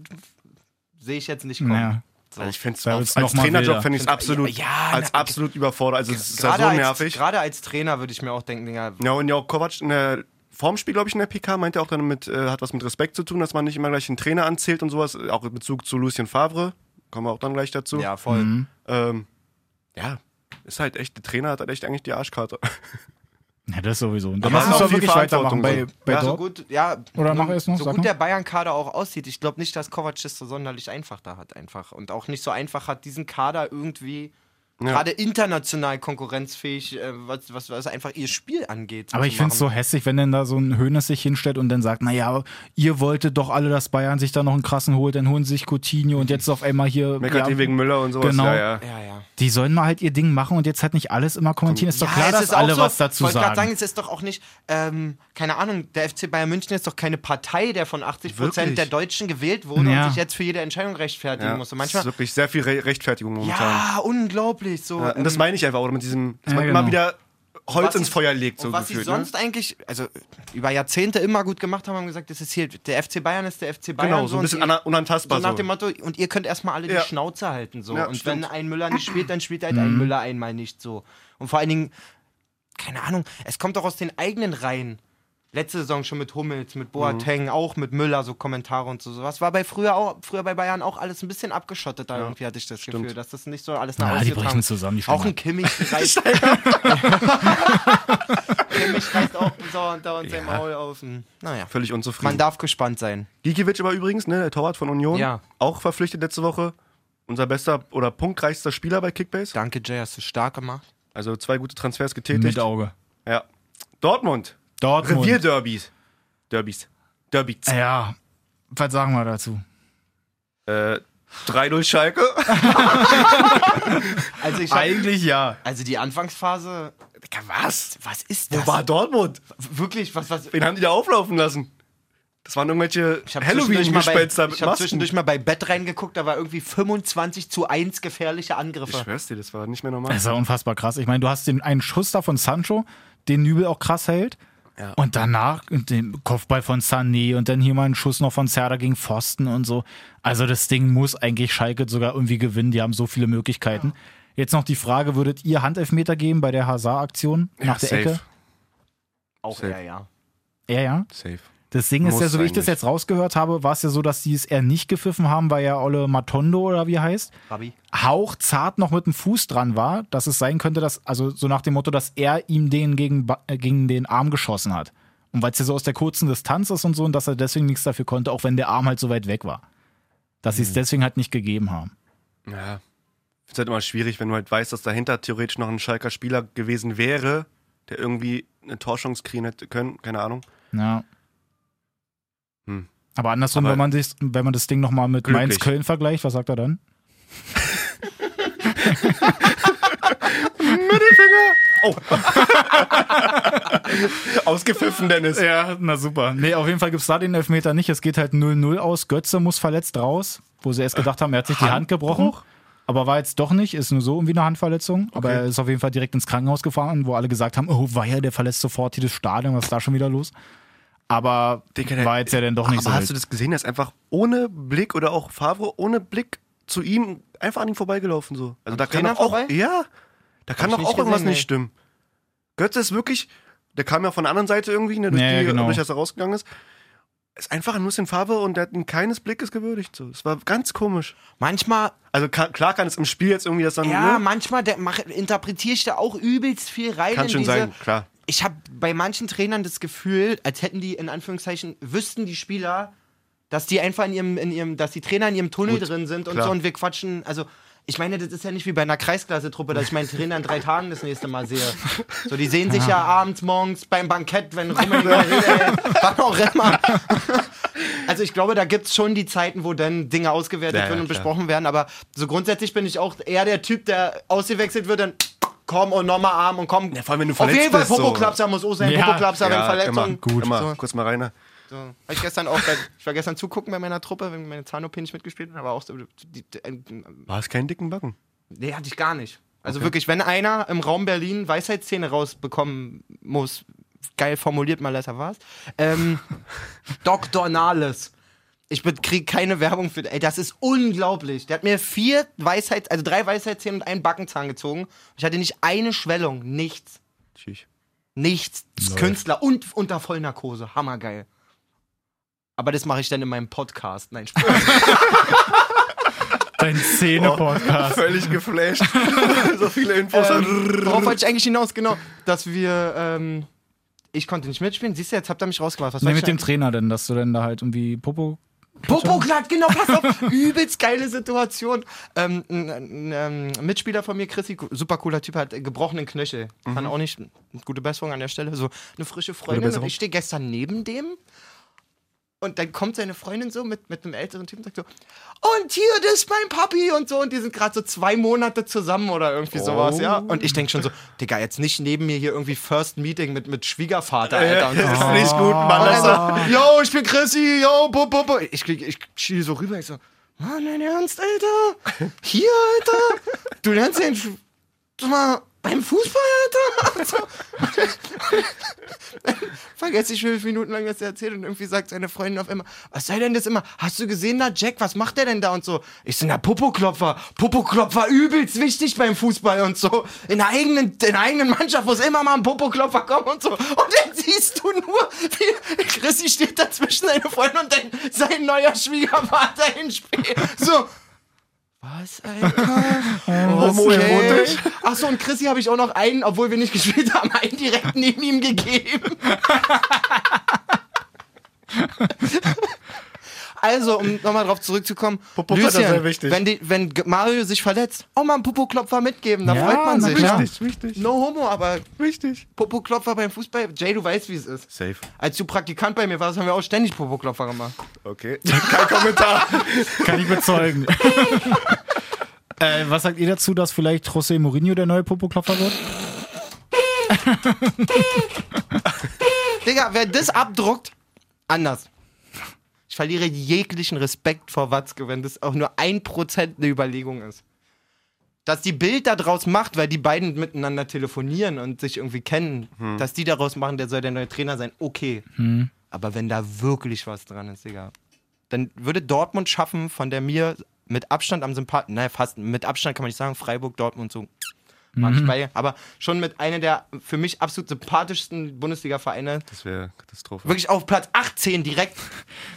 sehe ich jetzt nicht kommen.
Mhm. Ja.
Also ich finde es
Da wird's
als
noch mal wilder.
Trainerjob finde ich es absolut,
Ja, ja, na,
als absolut überfordert. Also es ist ja
Gerade,
so
als,
nervig.
gerade als Trainer würde ich mir auch denken, Digga,
Ja, und ja, auch Kovac in der Formspiel, glaube ich, in der PK meinte auch dann mit, äh, hat was mit Respekt zu tun, dass man nicht immer gleich den Trainer anzählt und sowas, äh, auch in Bezug zu Lucien Favre, kommen wir auch dann gleich dazu.
ja voll.
Hm.
Ähm, ja, ist halt echt, der Trainer hat halt echt eigentlich die Arschkarte.
Ja, das sowieso. Und dann
Aber
lass uns
auch
doch
die
wirklich weitermachen
Verantwortung
bei,
sind.
bei
ja, so
Dortmund.
gut, ja, ähm,
Oder mach erst noch,
so
sag
gut
noch.
der Bayern-Kader auch aussieht. Ich glaube nicht, dass Kovac es so sonderlich einfach da hat, einfach. Und auch nicht so einfach hat, diesen Kader irgendwie gerade international konkurrenzfähig, äh, was, was, was einfach ihr Spiel angeht.
Aber
zu
ich finde es so
machen.
hässlich, wenn denn da so ein Hönes sich hinstellt und dann sagt, naja, ihr wolltet doch alle, dass Bayern sich da noch einen krassen holt, dann holen sie sich Coutinho und jetzt auf einmal hier.
Meckert
ja,
die wegen Müller und sowas.
Genau.
Ja, ja.
Ja, ja.
Die sollen mal halt ihr Ding machen und jetzt halt nicht alles immer kommentieren. Ist doch
ja,
klar,
es
dass
ist auch
alle
so,
was dazu
wollte
sagen.
grad sagen, es ist doch auch nicht, ähm, keine Ahnung, der FC Bayern München ist doch keine Partei, der von 80 Prozent
Wirklich?
der Deutschen gewählt wurde
Ja.
und sich jetzt für jede Entscheidung rechtfertigen
Ja,
muss. Und
das ist
manchmal,
wirklich sehr viel Re Rechtfertigung momentan.
ja, unglaublich. So,
Ja, und das
ähm,
meine ich einfach, oder mit diesem, dass
Ja,
man
genau.
immer wieder Holz
was
ins
sie-
Feuer legt, so
und was
gefühlt. ne?
sie sonst eigentlich, also über Jahrzehnte immer gut gemacht haben, haben gesagt, das ist hier, der FC Bayern ist der FC
ne?
Bayern.
Genau, so ein
und
bisschen
ihr-
ana-
so
unantastbar.
nach
So
dem Motto, und ihr könnt erstmal alle
Also Ja.
die Schnauze halten. So.
Ja,
und
stimmt. Mhm.
wenn ein Müller nicht spielt, dann spielt halt ein Müller einmal nicht so. Und vor allen Dingen, keine Ahnung, es kommt auch aus den eigenen Reihen. Letzte Saison schon mit Hummels,
Mhm.
mit Boateng, auch mit Müller, so Kommentare und so. sowas. war bei früher auch, früher bei Bayern auch alles ein bisschen abgeschottet. Da irgendwie hatte ich das Gefühl, dass das nicht so alles
Ja,
nach
die
außen
brechen
getragen-
zusammen, die
Auch
Steiger.
ein Kimmich reißt. Kimmich reißt auch dauernd dauernd sein Maul auf. Hm, Naja,
Völlig unzufrieden.
man darf gespannt sein.
Gikiewicz aber übrigens, ne, der Torwart von Union,
Ja.
auch verpflichtet letzte Woche. Unser bester oder punktreichster Spieler bei Kickbase.
Danke, Jay, hast du stark gemacht.
Also zwei gute Transfers
Mit
getätigt.
Auge.
Ja. Dortmund.
Dortmund.
Revierderbys. Derbys. Derbys.
Ja, was sagen wir dazu?
Äh, 3-0 Schalke.
Also ich hab,
Eigentlich ja.
also die Anfangsphase,
Digga, Was?
was ist das?
Wo war Dortmund?
wirklich was was
Wen haben die da auflaufen lassen? Das waren irgendwelche
ich habe zwischendurch, mal bei-
Halloween-Gespenster mit
ich hab
Masken.
zwischendurch mal bei Bett reingeguckt, da war irgendwie 25 zu 1 gefährliche
Ich
Angriffe.
schwör's dir, das war nicht mehr normal.
Das war unfassbar krass. Ich meine, du hast den einen Schuss da von Sancho, den Nübel auch krass hält. Und danach den Kopfball von Sané und dann hier mal einen Schuss noch von Serda gegen Pfosten und so. Also das Ding muss eigentlich Schalke sogar irgendwie gewinnen. Die haben so viele Möglichkeiten. Jetzt noch die Frage, würdet ihr Handelfmeter geben bei der Hazard-Aktion nach der
safe.
Ecke?
Auch
Safe.
ja ja.
Ja, ja.
Safe.
Das Ding ist
Muss
ja, so wie ich das
eigentlich.
jetzt rausgehört habe, war es ja so, dass die es eher nicht gepfiffen haben, weil ja Olle Matondo oder wie er heißt,
Rabbi.
hauchzart noch mit dem Fuß dran war, dass es sein könnte, dass, also so nach dem Motto, dass er ihm den gegen, Ba- äh, gegen den Arm geschossen hat. Und weil es ja so aus der kurzen Distanz ist und so, und dass er deswegen nichts dafür konnte, auch wenn der Arm halt so weit weg war. Dass
Mhm.
sie es deswegen halt nicht gegeben haben.
Ja. Ich find's halt immer schwierig, wenn du halt weißt, dass dahinter theoretisch noch ein Schalker Spieler gewesen wäre, der irgendwie eine Torschance kriegen hätte können. Keine Ahnung.
Ja.
Hm.
Aber andersrum,
Aber-
wenn, man das, wenn man das Ding nochmal mit
Glücklich.
Mainz-Köln vergleicht, was sagt er dann?
Oh. Ausgepfiffen, Dennis.
Ja, na super. Nee, auf jeden Fall gibt's da den Elfmeter nicht. Es geht halt 0-0 aus. Götze muss verletzt raus, wo sie erst gedacht haben, er hat sich die Hand gebrochen. Aber war jetzt doch nicht, ist nur so irgendwie eine Handverletzung. Aber er ist auf jeden Fall direkt ins Krankenhaus gefahren, wo alle gesagt haben, oh weia, der verlässt sofort hier das Stadion, was ist da schon wieder los? Aber
Digga, der-
war jetzt ja dann doch
Aber
nicht so.
hast du
wild.
das gesehen? Er ist einfach ohne Blick oder auch Favre ohne Blick zu ihm einfach an ihm vorbeigelaufen so. Also da kann
Trainer
doch auch
vorbei?
ja, da kann
ich
doch
nicht
auch irgendwas
gesehen,
nicht
nee.
stimmen. Götze ist wirklich, der kam ja von der anderen Seite irgendwie, ne, durch
Ja, ja,
die,
genau.
durch das er rausgegangen ist. ist einfach nur in Farbe und der hat ihn keines Blickes gewürdigt. So. Es war ganz komisch.
Manchmal,
Also ka- klar kann es im Spiel jetzt irgendwie das dann.
ja,
ne?
manchmal der, mach, interpretiere ich da auch übelst viel rein.
Kann
in
schon
diese,
sein, klar.
Ich habe bei manchen Trainern das Gefühl, als hätten die in Anführungszeichen, wüssten die Spieler, dass die einfach in ihrem, in ihrem, dass die Trainer in ihrem Tunnel
Gut,
drin sind und
klar.
so und wir quatschen. Also, ich meine, das ist ja nicht wie bei einer Kreisklasse-Truppe, dass ich meinen Trainer in drei Tagen das nächste Mal sehe. So, die sehen sich ja abends, morgens beim Bankett, wenn Rummeniger redet, wann auch immer. Also ich glaube, da gibt es schon die Zeiten, wo dann Dinge ausgewertet
Ja, ja,
werden und
klar.
besprochen werden, aber so grundsätzlich bin ich auch eher der Typ, der ausgewechselt wird, dann komm und nochmal Arm und komm.
Ja, vor allem, wenn du
Auf jeden
verletzt
Fall
bist, so.
Popoklapser muss auch sein,
Ja.
Popoklapser, wenn
ja,
Verletzungen.
immer, gut. immer.
So.
Kurz mal reiner.
So. Hab ich gestern auch, bei, ich war gestern zugucken bei meiner Truppe, wenn meine Zahn-OP nicht mitgespielt hat, aber auch so, die, die, äh,
War es keinen dicken Backen?
nee, hatte ich gar nicht. Also wirklich, wenn einer im Raum Berlin Weisheitszähne rausbekommen muss, geil formuliert, mal besser war's, ähm, Dr. Nahles. Ich be- krieg keine Werbung für. Ey, das ist unglaublich. Der hat mir vier Weisheits, also drei Weisheitszähne und einen Backenzahn gezogen. Ich hatte nicht eine Schwellung, nichts.
Tschüss.
Nichts. Künstler und unter Vollnarkose. Hammergeil. Aber das mache ich dann in meinem Podcast. Nein, Spaß.
Dein Szene-Podcast.
Völlig geflasht. so viele Infos.
ähm, worauf wollte ich eigentlich hinaus? Genau, dass wir. Ähm, ich konnte nicht mitspielen. Siehst du, jetzt habt ihr mich rausgemacht.
Oh.
Was
Nee,
wollte
mit dem
ich
Trainer denn, dass du denn da halt irgendwie Popo.
Popo glatt, genau, pass auf. Übelst geile Situation. Ähm, ein, ein, ein ähm, Mitspieler von mir, Chrissy, super cooler Typ, hat äh, gebrochenen Knöchel. Kann auch nicht. Gute Besserung an der Stelle. So eine frische Freundin. Und
Besserung.
ich stehe gestern neben dem. Und dann kommt seine Freundin so mit, mit einem älteren Typen und sagt so, und hier, das ist mein Papi und so. Und die sind gerade so zwei Monate zusammen oder irgendwie sowas, ja. Und ich denke schon so, Digga, jetzt nicht neben mir hier irgendwie First Meeting mit, mit Schwiegervater, Alter. Und so.
Das ist nicht gut, Mann. Also,
Und
Das ist
er so, yo, ich bin Chrissy, yo, bo, bo, bo. Ich, krieg- ich schiele so rüber, ich so, Mann, dein Ernst, Alter? Hier, Alter? Du lernst den, Sch- sag mal, beim Fußball, Alter? Und so. Vergesse ich fünf Minuten lang, was er erzählt und irgendwie sagt seine Freundin auf einmal, was sei denn das immer? Hast du gesehen da, Jack, was macht der denn da und so? Ich so, na, Popoklopfer. Popoklopfer übelst wichtig beim Fußball und so. In der eigenen, in der eigenen Mannschaft muss immer mal ein Popoklopfer kommen und so. Und dann siehst du nur, wie Chrissy steht da zwischen seine Freundin und dein, sein neuer Schwiegervater im Spiel. So. Was, Alter?
Oh,
Oh,
homoerotisch.
Achso, und Chrissy habe ich auch noch einen, obwohl wir nicht gespielt haben, einen direkt neben ihm gegeben. Also, um nochmal drauf zurückzukommen,
Popo war da
Lucien,
sehr wichtig.
Wenn, die, wenn G- Mario sich verletzt, oh auch mal einen Popoklopfer mitgeben, da
Ja,
freut man
na
sich.
klar.
Ja.
wichtig, wichtig,
No homo, aber
wichtig.
Popoklopfer beim Fußball, Jay, du weißt, wie es ist.
Safe.
Als du Praktikant bei mir warst, haben wir auch ständig Popoklopfer gemacht.
Okay. Kein Kommentar.
Kann ich bezeugen. äh, was sagt ihr dazu, dass vielleicht José Mourinho der neue Popo-Klopfer wird?
Digga, wer das abdruckt, anders. Ich verliere jeglichen Respekt vor Watzke, wenn das auch nur ein Prozent eine Überlegung ist. Dass die Bild daraus macht, weil die beiden miteinander telefonieren und sich irgendwie kennen, dass die daraus machen, der soll der neue Trainer sein, okay. Aber wenn da wirklich was dran ist, Digga, dann würde Dortmund schaffen, von der mir mit Abstand am sympathischen, naja, fast mit Abstand kann man nicht sagen, Freiburg, Dortmund so mag ich bei, aber schon mit einer der für mich absolut sympathischsten Bundesliga-Vereine
Das wäre Katastrophe.
Wirklich auf Platz 18 direkt.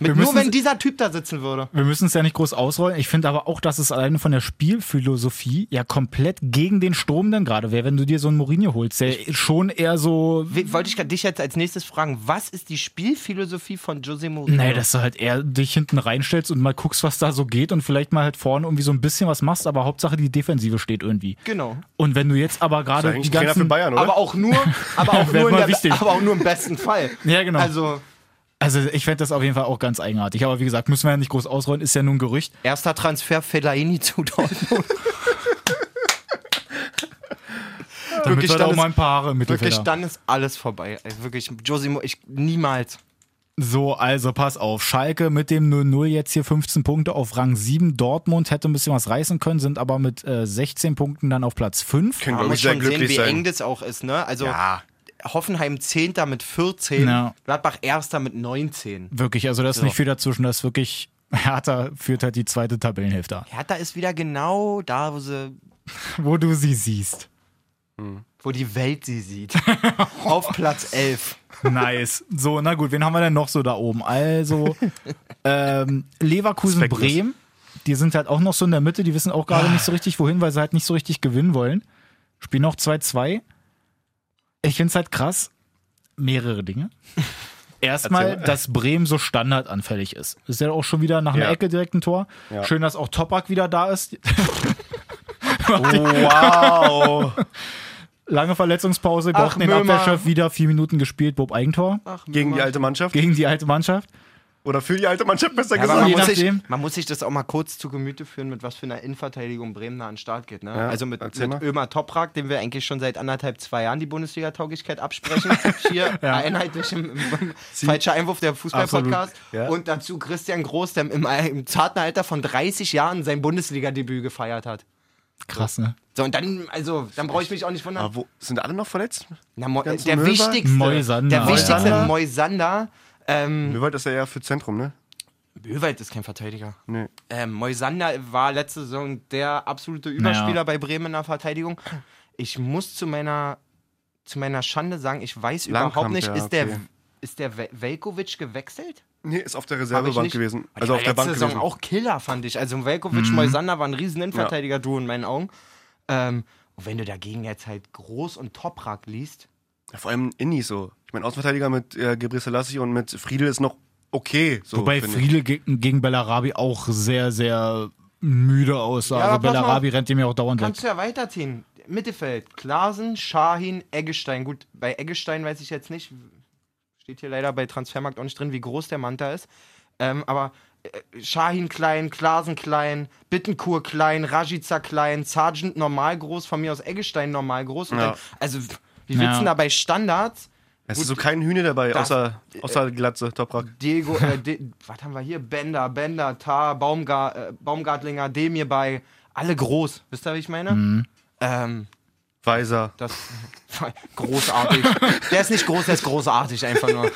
Mit
Wir
nur
müssen
wenn
sie-
dieser Typ da sitzen würde.
Wir müssen es ja nicht groß ausrollen. Ich finde aber auch, dass es alleine von der Spielphilosophie ja komplett gegen den Sturm dann gerade wäre, wenn du dir so einen Mourinho holst, der schon eher so.
We- Wollte ich grad dich jetzt als nächstes fragen, was ist die Spielphilosophie von Jose Mourinho?
Nee, dass du halt eher dich hinten reinstellst und mal guckst, was da so geht und vielleicht mal halt vorne irgendwie so ein bisschen was machst, aber Hauptsache die Defensive steht irgendwie.
Genau.
Und wenn du jetzt aber
Das ist
gerade
eigentlich
die
ein Trainer für
ganzen
Bayern, oder?
Aber auch nur, aber auch
Wär
nur,
mal
in
wichtig.
der, aber auch nur im besten Fall.
Ja, genau.
Also,
Also ich fände das auf jeden Fall auch ganz eigenartig. Aber wie gesagt, müssen wir ja nicht groß ausrollen, ist ja nur ein Gerücht.
erster Transfer Fellaini zu Dortmund.
Damit
Wirklich,
wir da
dann
auch
ist-
mal ein paar Haare im Mittelfeld
Wirklich,
haben.
dann ist alles vorbei. Also wirklich, Jose Mourinho, ich niemals.
So, also pass auf. Schalke mit dem 0-0 jetzt hier 15 Punkte auf Rang 7. Dortmund hätte ein bisschen was reißen können, sind aber mit äh, 16 Punkten dann auf Platz 5.
Können,
Man
glaub
muss
ich, sehr
schon sehen,
glücklich
wie
sein.
eng das auch ist, ne? Also,
Ja.
Hoffenheim 10. mit 14,
Ja.
Gladbach 1. mit 19.
Wirklich, also da ist
So.
nicht viel dazwischen. Das ist wirklich, Hertha führt halt die zweite Tabellenhälfte an,
Hertha ist wieder genau da, wo sie
wo du sie siehst.
wo die Welt sie sieht. Auf Platz 11.
Nice. So, na gut, wen haben wir denn noch so da oben? Also, ähm, Leverkusen,
Specklos.
Bremen. Die sind halt auch noch so in der Mitte. Die wissen auch gerade nicht so richtig, wohin, weil sie halt nicht so richtig gewinnen wollen. Spielen noch 2-2. Ich finde es halt krass. Mehrere Dinge. Erstmal, dass Bremen so standardanfällig ist. Ist ja auch schon wieder nach einer
Ja.
Ecke direkt ein Tor. Schön, dass auch Topak wieder da ist.
Wow.
Lange Verletzungspause, braucht den
Mömer.
Abwehrchef wieder vier Minuten gespielt, Bob Eigentor
Gegen die alte Mannschaft?
gegen die alte Mannschaft.
Oder für die alte Mannschaft besser
Ja, aber man,
Je
gesagt.
muss sich,
nachdem.
man muss sich das auch mal kurz zu Gemüte führen, mit was für einer Innenverteidigung Bremen da an den Start geht. Ne?
Ja,
also mit,
erzähl
mit
mal.
Ömer Toprak, dem wir eigentlich schon seit anderthalb, zwei Jahren die Bundesliga-Tauglichkeit absprechen. Hier einheitlich im, im falscher Einwurf der Fußball-Podcast.
Ja.
Und dazu Christian Groß, der im, im zarten Alter von 30 Jahren sein Bundesliga-Debüt gefeiert hat.
Krass, ne?
So, und dann, also, dann brauche ich mich auch nicht wundern.
Aber wo, sind alle noch verletzt?
Na, Mo
ganzen
der
Möber?
wichtigste,
Moisander.
der wichtigste
Moisander.
Moisander, ähm,
Wir wollten das ja eher für Zentrum, ne?
Möwald ist kein Verteidiger.
Nee.
Ähm, Moisander war letzte Saison der absolute Überspieler
Naja.
bei Bremen in der Verteidigung. Ich muss zu meiner, zu meiner Schande sagen, ich weiß
Langkamp,
überhaupt nicht,
ja,
ist der,
okay.
ist der Wel- Velkovic gewechselt?
Nee, ist auf der
Hab ich
Reservebank
nicht-
gewesen.
Aber
Also
war
auf der
letzte
Bank
Saison
gewesen. Mhm.
auch Killer, fand ich. Also Velkovic, Moisander waren ein riesen Innenverteidiger-Duo in meinen Augen. Ähm, und wenn du dagegen jetzt halt Groß und Toprak liest,
Ja, Vor allem Inni so. Ich meine, Außenverteidiger mit äh, Gebre Selassie und mit Friedel ist noch okay. So,
Wobei
finde ich.
Friedel ge gegen Bellarabi auch sehr, sehr müde aussah.
Ja,
also
aber pass
Bellarabi rennt ihm ja auch dauernd weg.
Kannst du ja weiterziehen. Mittelfeld. Klaasen, Schahin, Eggestein. Gut, bei Eggestein weiß ich jetzt nicht. Steht hier leider bei Transfermarkt auch nicht drin, wie groß der Manta ist. Ähm, aber äh, Schahin klein, Klaasen klein, Bittenkur klein, Rajica klein, Sargent normal groß, von mir aus Eggestein normal groß. Und
Ja.
dann, also, wie
Ja.
willst du denn da bei Standards?
Es ist so kein Hühne dabei,
Das-
außer, außer Glatze, Toprak.
Diego, äh, De was haben wir hier? Bender, Bender, Tar, Baumgar äh, Baumgartlinger, Demir bei. Alle groß. Wisst ihr, wie ich meine? Ähm,
Weiser.
Das großartig. der ist nicht groß, der ist großartig einfach nur.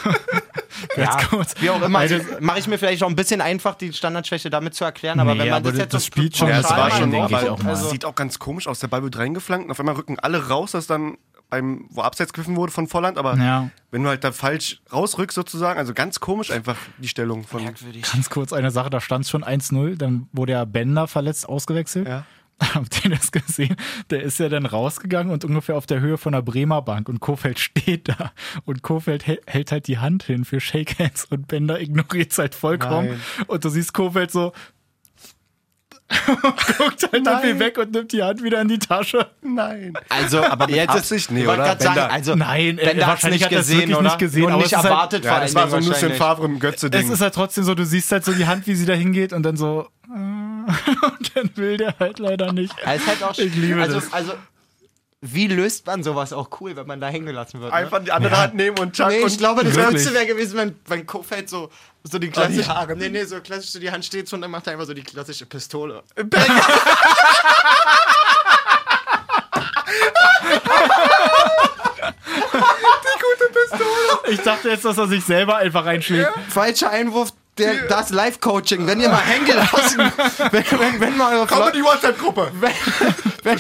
ja,
kurz.
wie auch immer.
Also-
Mache ich mir vielleicht auch ein bisschen einfach, die Standardschwäche damit zu erklären, aber
Nee,
wenn man
aber
das
das-
jetzt
das
so
spielt schon,
Ja,
pauschal
es
also
war
Schal-
schon,
mal
denke ich,
aber
auch mal.
es sieht auch ganz komisch aus. Der Ball wird reingeflankt und auf einmal rücken alle raus, dass dann beim, wo abseits gepfiffen wurde von Volland, aber
Ja.
wenn du halt da falsch rausrückst sozusagen, also ganz komisch einfach die Stellung von.
merkwürdig.
Ganz kurz eine Sache, da stand es schon 1-0, dann wurde ja Bender verletzt ausgewechselt.
Ja.
Habt ihr das gesehen? Der ist ja dann rausgegangen und ungefähr auf der Höhe von der Bremer Bank und Kofeld steht da und Kofeld hält, hält halt die Hand hin für Shake Hands und Bender ignoriert es halt vollkommen
Nein.
und du siehst Kofeld so guckt halt irgendwie
Nein.
weg und nimmt die Hand wieder in die Tasche.
Nein.
Also, aber jetzt
Absicht? Nee,
ich wollte
oder?
grad Sagen,
Bender-
also,
Nein, äh,
Bender hat's
wahrscheinlich
nicht
hat er es
gesehen,
wirklich
oder?
nicht gesehen,
Und
aber es
nicht
ist halt-
erwartet
Ja,
vor
das
allen
war
Dingen
so ein Lucien
wahrscheinlich.
Favre im
Es
Götze-Ding.
ist halt trotzdem so, du siehst halt so die Hand, wie sie da hingeht und dann so äh, und dann will der halt leider nicht.
Also, ist halt auch
Ich liebe
also,
das.
also, wie löst man sowas auch cool, wenn man da hingelassen wird? Ne?
Einfach die andere Hand nehmen und Chuck
Nee,
und
ich glaube, das
Wirklich? Oh,
Schlimmste wäre gewesen, wenn, wenn Kofeld so, so die klassische. Nee, nee, so klassisch, so die Hand steht so und dann macht er einfach so die klassische Pistole.
Ich dachte jetzt, dass er sich selber einfach einschlägt.
Falscher Einwurf, der, das Live-Coaching. Wenn ihr mal hängen gelassen, wenn, wenn, wenn, mal eure
Komm in
Flo-
die WhatsApp-Gruppe.
wenn, wenn,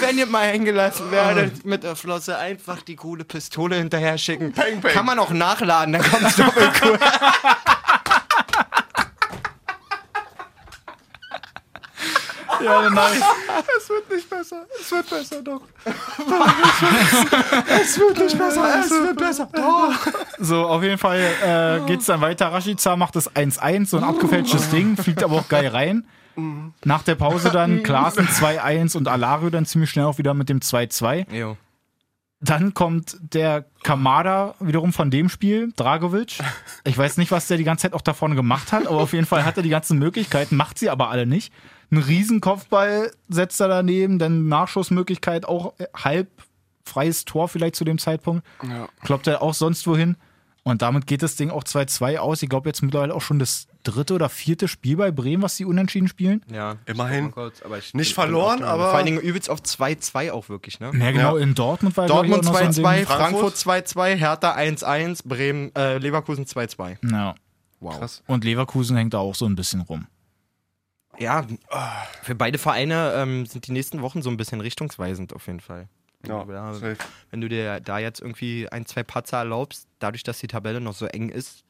wenn ihr mal hängen gelassen werdet, mit der Flosse einfach die coole Pistole hinterher schicken.
Peng, peng.
Kann man auch nachladen, dann kommt's doppelt cool.
Ja, dann hab ich,
Es wird nicht besser. Es wird besser doch.
Es wird besser.
So, auf jeden Fall äh, geht's dann weiter. Rashica macht das 1-1, so ein abgefälschtes Ding, fliegt aber auch geil rein. Nach der Pause dann Klaassen 2-1 und Alario dann ziemlich schnell auch wieder mit dem 2-2.
Jo.
Dann kommt der Kamada wiederum von dem Spiel, Dragovic. Ich weiß nicht, was der die ganze Zeit auch da vorne gemacht hat, aber auf jeden Fall hat er die ganzen Möglichkeiten, macht sie aber alle nicht. Ein Riesenkopfball setzt er daneben, dann Nachschussmöglichkeit, auch äh, halb freies Tor vielleicht zu dem Zeitpunkt. Kloppt er auch sonst wohin. Und damit geht das Ding auch 2-2 aus. Ich glaube jetzt mittlerweile auch schon das dritte oder vierte Spiel bei Bremen, was sie unentschieden spielen.
Ja.
Immerhin.
Kurz, aber ich
Nicht
bin auch
verloren,
dran.
aber-
Vor allen Dingen übelst auf 2-2 auch wirklich, ne?
Ja, genau, in Dortmund war glaub ich,
Dortmund
auch noch so ein
2-2,
Ding.
Frankfurt
Frankfurt
2-2, Hertha 1-1, Bremen, äh, Leverkusen 2-2.
Ja.
Wow.
Krass.
Und Leverkusen hängt da auch so ein bisschen rum.
Ja, für beide Vereine ähm, sind die nächsten Wochen so ein bisschen richtungsweisend auf jeden Fall.
Ja,
Ja,
safe.
wenn du dir da jetzt irgendwie ein, zwei Patzer erlaubst, dadurch, dass die Tabelle noch so eng ist,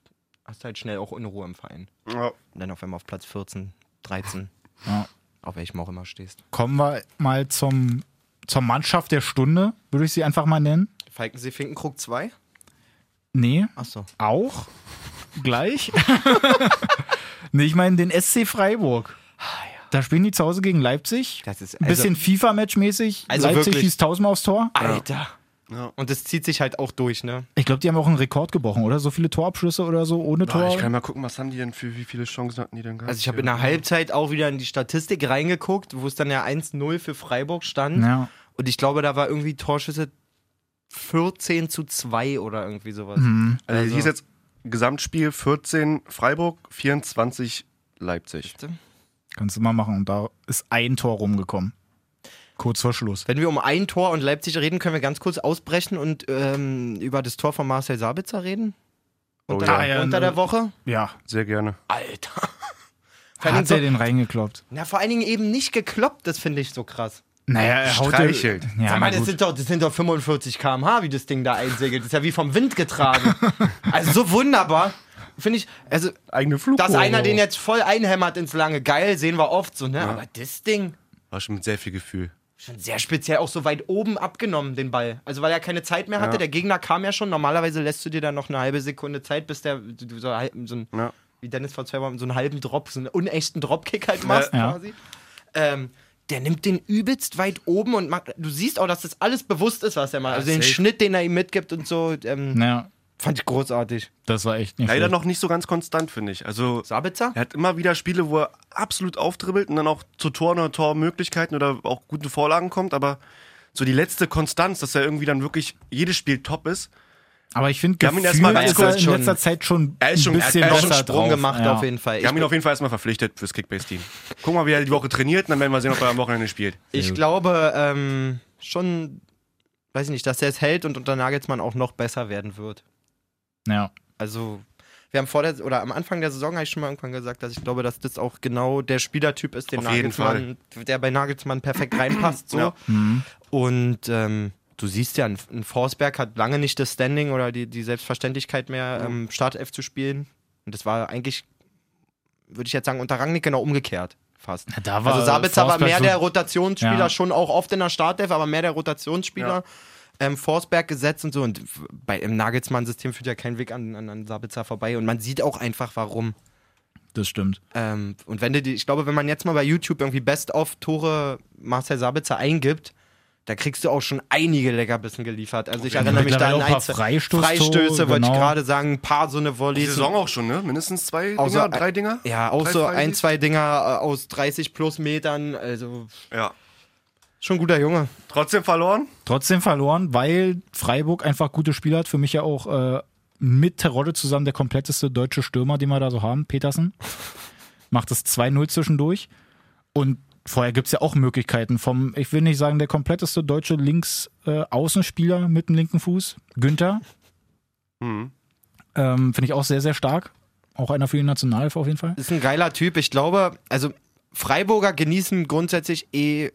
hast du halt schnell auch Unruhe im Verein.
Ja.
Und dann auf einmal auf Platz 14, 13,
Ja.
auf welchem auch immer stehst.
Kommen wir mal zum, zur Mannschaft der Stunde, würde ich sie einfach mal nennen.
Falkensee Finkenkrug 2?
Nee,
Achso.
auch gleich. nee, ich meine den SC Freiburg. Da spielen die zu Hause gegen Leipzig.
Das ist-
ein
also-
bisschen FIFA-Match-mäßig.
Also
Leipzig
wirklich.
schießt tausendmal aufs Tor.
Alter!
Ja.
Und das zieht sich halt auch durch, ne?
Ich glaube, die haben auch einen Rekord gebrochen, oder? So viele Torabschlüsse oder so ohne
Ah, ich
Tor.
kann mal gucken, was haben die denn für, wie viele Chancen hatten die denn gehabt?
Also ich habe in der Halbzeit auch wieder in die Statistik reingeguckt, wo es dann ja 1-0 für Freiburg stand.
Ja.
Und ich glaube, da war irgendwie Torschüsse 14 zu 2 oder irgendwie sowas.
Mhm.
Also, hier ist jetzt Gesamtspiel 14 Freiburg, 24 Leipzig.
Kannst du mal machen. Und da ist ein Tor rumgekommen. Kurz vor Schluss.
Wenn wir um ein Tor und Leipzig reden, können wir ganz kurz ausbrechen und ähm, über das Tor von Marcel Sabitzer reden.
Oh
Unter,
ja.
Ah, ja,
unter
ne.
der Woche.
Ja.
Sehr gerne.
Alter. Vor allen,
Hat
Dingen
er
so,
den reingekloppt?
na, vor allen Dingen eben nicht gekloppt, das finde ich so krass.
Naja,
Streichelt.
Ja,
Sag mal,
na
das
gut.
sind, doch, das sind doch 45 km/h, wie das Ding da einsegelt. Das ist ja wie vom Wind getragen. also so wunderbar. Finde ich, also,
Eigene Flug.
Oh.
dass einer den jetzt voll einhämmert ins Lange, geil, sehen wir oft so, ne? Aber das Ding,
War schon mit sehr viel Gefühl.
schon sehr speziell, auch so weit oben abgenommen, den Ball. Also, weil er keine Zeit mehr hatte, der Gegner kam ja schon. Normalerweise lässt du dir dann noch eine halbe Sekunde Zeit, bis der, du du so, halb- so ein,
Ja.
wie Dennis vor zwei Wochen, so einen halben Drop, so einen unechten Dropkick halt machst
Ja.
quasi. Ähm, der nimmt den übelst weit oben und macht, du siehst auch, dass das alles bewusst ist, was er macht. Also den
safe.
Schnitt, den er ihm mitgibt und so, ähm,
Naja,
fand ich großartig.
das war echt nicht
Leider
schlecht.
noch nicht so ganz konstant, finde ich. Also,
Sabitzer?
er hat immer wieder Spiele, wo er absolut auftribbelt und dann auch zu Toren oder Tormöglichkeiten oder auch guten Vorlagen kommt, aber so die letzte Konstanz, dass er irgendwie dann wirklich jedes Spiel top ist.
Aber ich finde,
Wir haben ihn erst mal
gefühlt
ganz
ist er
kurz
in
schon-
letzter Zeit schon
Er ist schon-
ein
er hat
bisschen
auch
besser
schon
Sprung
drauf.
gemacht
ja.
auf jeden Fall.
Wir haben ihn auf jeden Fall erstmal verpflichtet fürs Kickbase-Team. Gucken wir, wie er die Woche trainiert und dann werden wir sehen, ob er am Wochenende spielt.
Ich glaube ähm, schon, weiß ich nicht, dass er es hält und unter Nagelsmann auch noch besser werden wird.
Ja.
Also, wir haben vor der, oder am Anfang der Saison habe ich schon mal irgendwann gesagt, dass ich glaube, dass das auch genau der Spielertyp ist, den
Auf jeden
Nagelsmann, der bei Nagelsmann perfekt reinpasst. So.
Ja.
Mhm.
Und ähm, du siehst ja, ein, ein Forsberg hat lange nicht das Standing oder die, die Selbstverständlichkeit mehr, ähm, Start-F zu spielen. Und das war eigentlich, würde ich jetzt sagen, unter Rangnick genau umgekehrt. Fast.
Da
Also Sabitzer war
Forsberg
mehr
so-
der Rotationsspieler,
Ja.
schon auch oft in der Startelf, aber mehr der Rotationsspieler. Ähm, Forsberg gesetzt und so. Und f- bei, im Nagelsmann-System führt ja kein Weg an, an, an Sabitzer vorbei. Und man sieht auch einfach, warum.
Das stimmt.
Ähm, und wenn du die, ich glaube, wenn man jetzt mal bei YouTube irgendwie Best-of-Tore Marcel Sabitzer eingibt, da kriegst du auch schon einige Leckerbissen geliefert. Also ich erinnere mich da an
Mittlerweile auch ein paar
Einzel-
Freistoßtore,
Freistöße wollte ich
genau.
gerade sagen, ein paar so eine Volley.
Die Saison auch schon, ne? Mindestens zwei
Außer-
Dinger, drei Dinger?
Ja, auch
Drei
so
Freisies?
ein, zwei Dinger äh, aus 30 plus Metern. Also
Ja.
schon ein guter Junge.
Trotzdem verloren.
Trotzdem verloren, weil Freiburg einfach gute Spieler hat. Für mich ja auch äh, mit Terodde zusammen der kompletteste deutsche Stürmer, den wir da so haben, Petersen. Macht es 2-0 zwischendurch. Und vorher gibt es ja auch Möglichkeiten vom, ich will nicht sagen, der kompletteste deutsche Links-Außenspieler mit dem linken Fuß, Günther.
Mhm.
Ähm, Finde ich auch sehr, sehr stark. Auch einer für die Nationalelf auf jeden Fall.
ist ein geiler Typ. Ich glaube, also Freiburger genießen grundsätzlich eh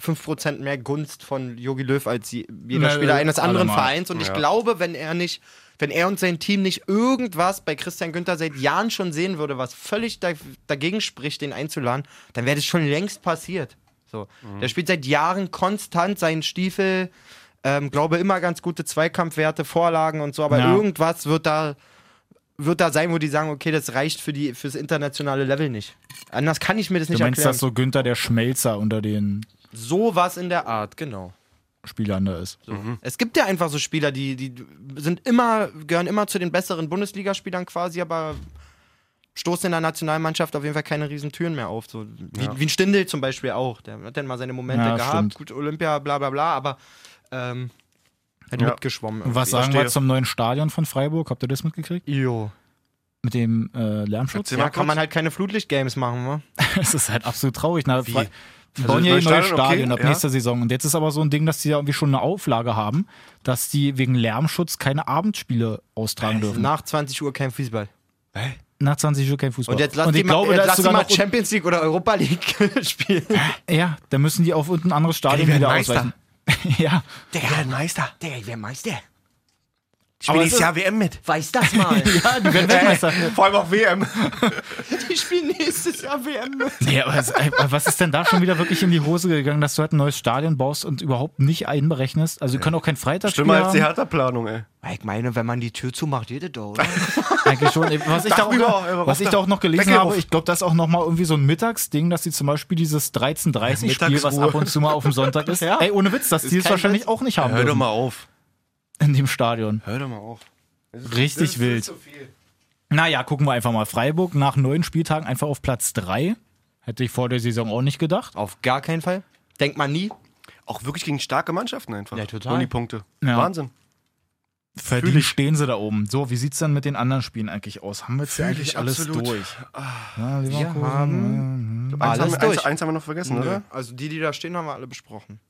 5% mehr Gunst von Jogi Löw als je- jeder
Na,
Spieler eines anderen
allemal.
Vereins. Und ich
Ja.
glaube, wenn er nicht, wenn er und sein Team nicht irgendwas bei Christian Günther seit Jahren schon sehen würde, was völlig da, dagegen spricht, den einzuladen, dann wäre das schon längst passiert. So. Der spielt seit Jahren konstant seinen Stiefel, ähm, glaube immer ganz gute Zweikampfwerte, Vorlagen und so, aber
Ja.
irgendwas wird da wird da sein, wo die sagen, okay, das reicht für die fürs internationale Level nicht. Anders kann ich mir das
Du
nicht
meinst,
erklären.
dass so Günther der Schmelzer unter den
so was in der Art, genau.
Spielern da ist?
Es gibt ja einfach so Spieler, die, die sind immer, gehören immer zu den besseren Bundesligaspielern quasi, aber stoßen in der Nationalmannschaft auf jeden Fall keine riesen Türen mehr auf. So, wie, wie ein Stindel zum Beispiel auch. Der hat dann mal seine Momente
Ja,
gehabt,
stimmt.
gut Olympia, bla bla bla, aber ähm, hat
Ja.
mitgeschwommen.
Und was
irgendwie.
sagen wir
verstehe.
zum neuen Stadion von Freiburg? Habt ihr das mitgekriegt?
Jo.
Mit dem äh, Lärmschutz?
Erzähl
Ja,
mal
kann
kurz.
man halt keine Flutlichtgames machen, ne?
Das ist halt absolut traurig. Na, Fre- die
Also
bauen ja
neues
ihr neues
Stadion, okay,
Stadion ab
ja.
nächster Saison. Und jetzt ist aber so ein Ding, dass die ja irgendwie schon eine Auflage haben, dass die wegen Lärmschutz keine Abendspiele austragen dürfen.
Nach 20 Uhr kein Fußball.
Nach 20 Uhr kein Fußball.
Und jetzt lass
ich
die
glaube,
mal,
da
jetzt
ist
lass die
sogar
mal
noch,
Champions League oder Europa League spielen.
Ja, da müssen die auf irgendein anderes Stadion
Die werden
wieder
Meister.
ausweichen. ja.
Der Meister.
Der wäre Meister.
Ich bin
es
nächstes
ist-
Jahr WM mit.
Weiß das mal.
ja, die werden Weltmeister.
Vor allem auch WM.
Ich spiele nächstes Jahr WM mit.
Nee, aber es, ey, was ist denn da schon wieder wirklich in die Hose gegangen, dass du halt ein neues Stadion baust und überhaupt nicht einberechnest? Also, ihr könnt auch kein Freitagsspiel
Schlimmer als die
haben.
Hertha-Planung, ey.
Ich meine, wenn man die Tür zumacht, jede doch, oder?
Eigentlich schon. Ey, Was ich, da
Dachten
auch,
wir
noch-
auch, ey, warum
was ich
da-
da auch noch gelesen
Weggeruf.
habe, ich glaube, das ist auch nochmal irgendwie so ein Mittagsding, dass sie zum Beispiel dieses 13.30-Spiel, was
Mittagsruhe.
ab und zu mal auf dem Sonntag ist. Ey, ohne Witz, dass die es
kein
wahrscheinlich auch nicht haben
Hör doch
dürfen
mal auf.
in dem Stadion.
Hör doch mal auf.
Richtig wild. Naja, gucken wir einfach mal. Freiburg nach neun Spieltagen einfach auf Platz 3. Hätte ich vor der Saison auch nicht gedacht.
Auf gar keinen Fall. Denkt man nie.
Auch wirklich gegen starke Mannschaften einfach.
Ja, total.
Nur die Punkte.
Ja.
Wahnsinn.
Verdient stehen sie da oben. So, wie sieht's dann mit den anderen Spielen eigentlich aus? Haben wir jetzt hier
Fühl
eigentlich
ich
alles
absolut.
durch? Ja,
Wir
Leverkusen,
haben
Eins
Mhm. alles
haben, wir- eins,
durch.
eins haben wir noch vergessen, oder?
Also die, die da stehen, haben wir alle besprochen.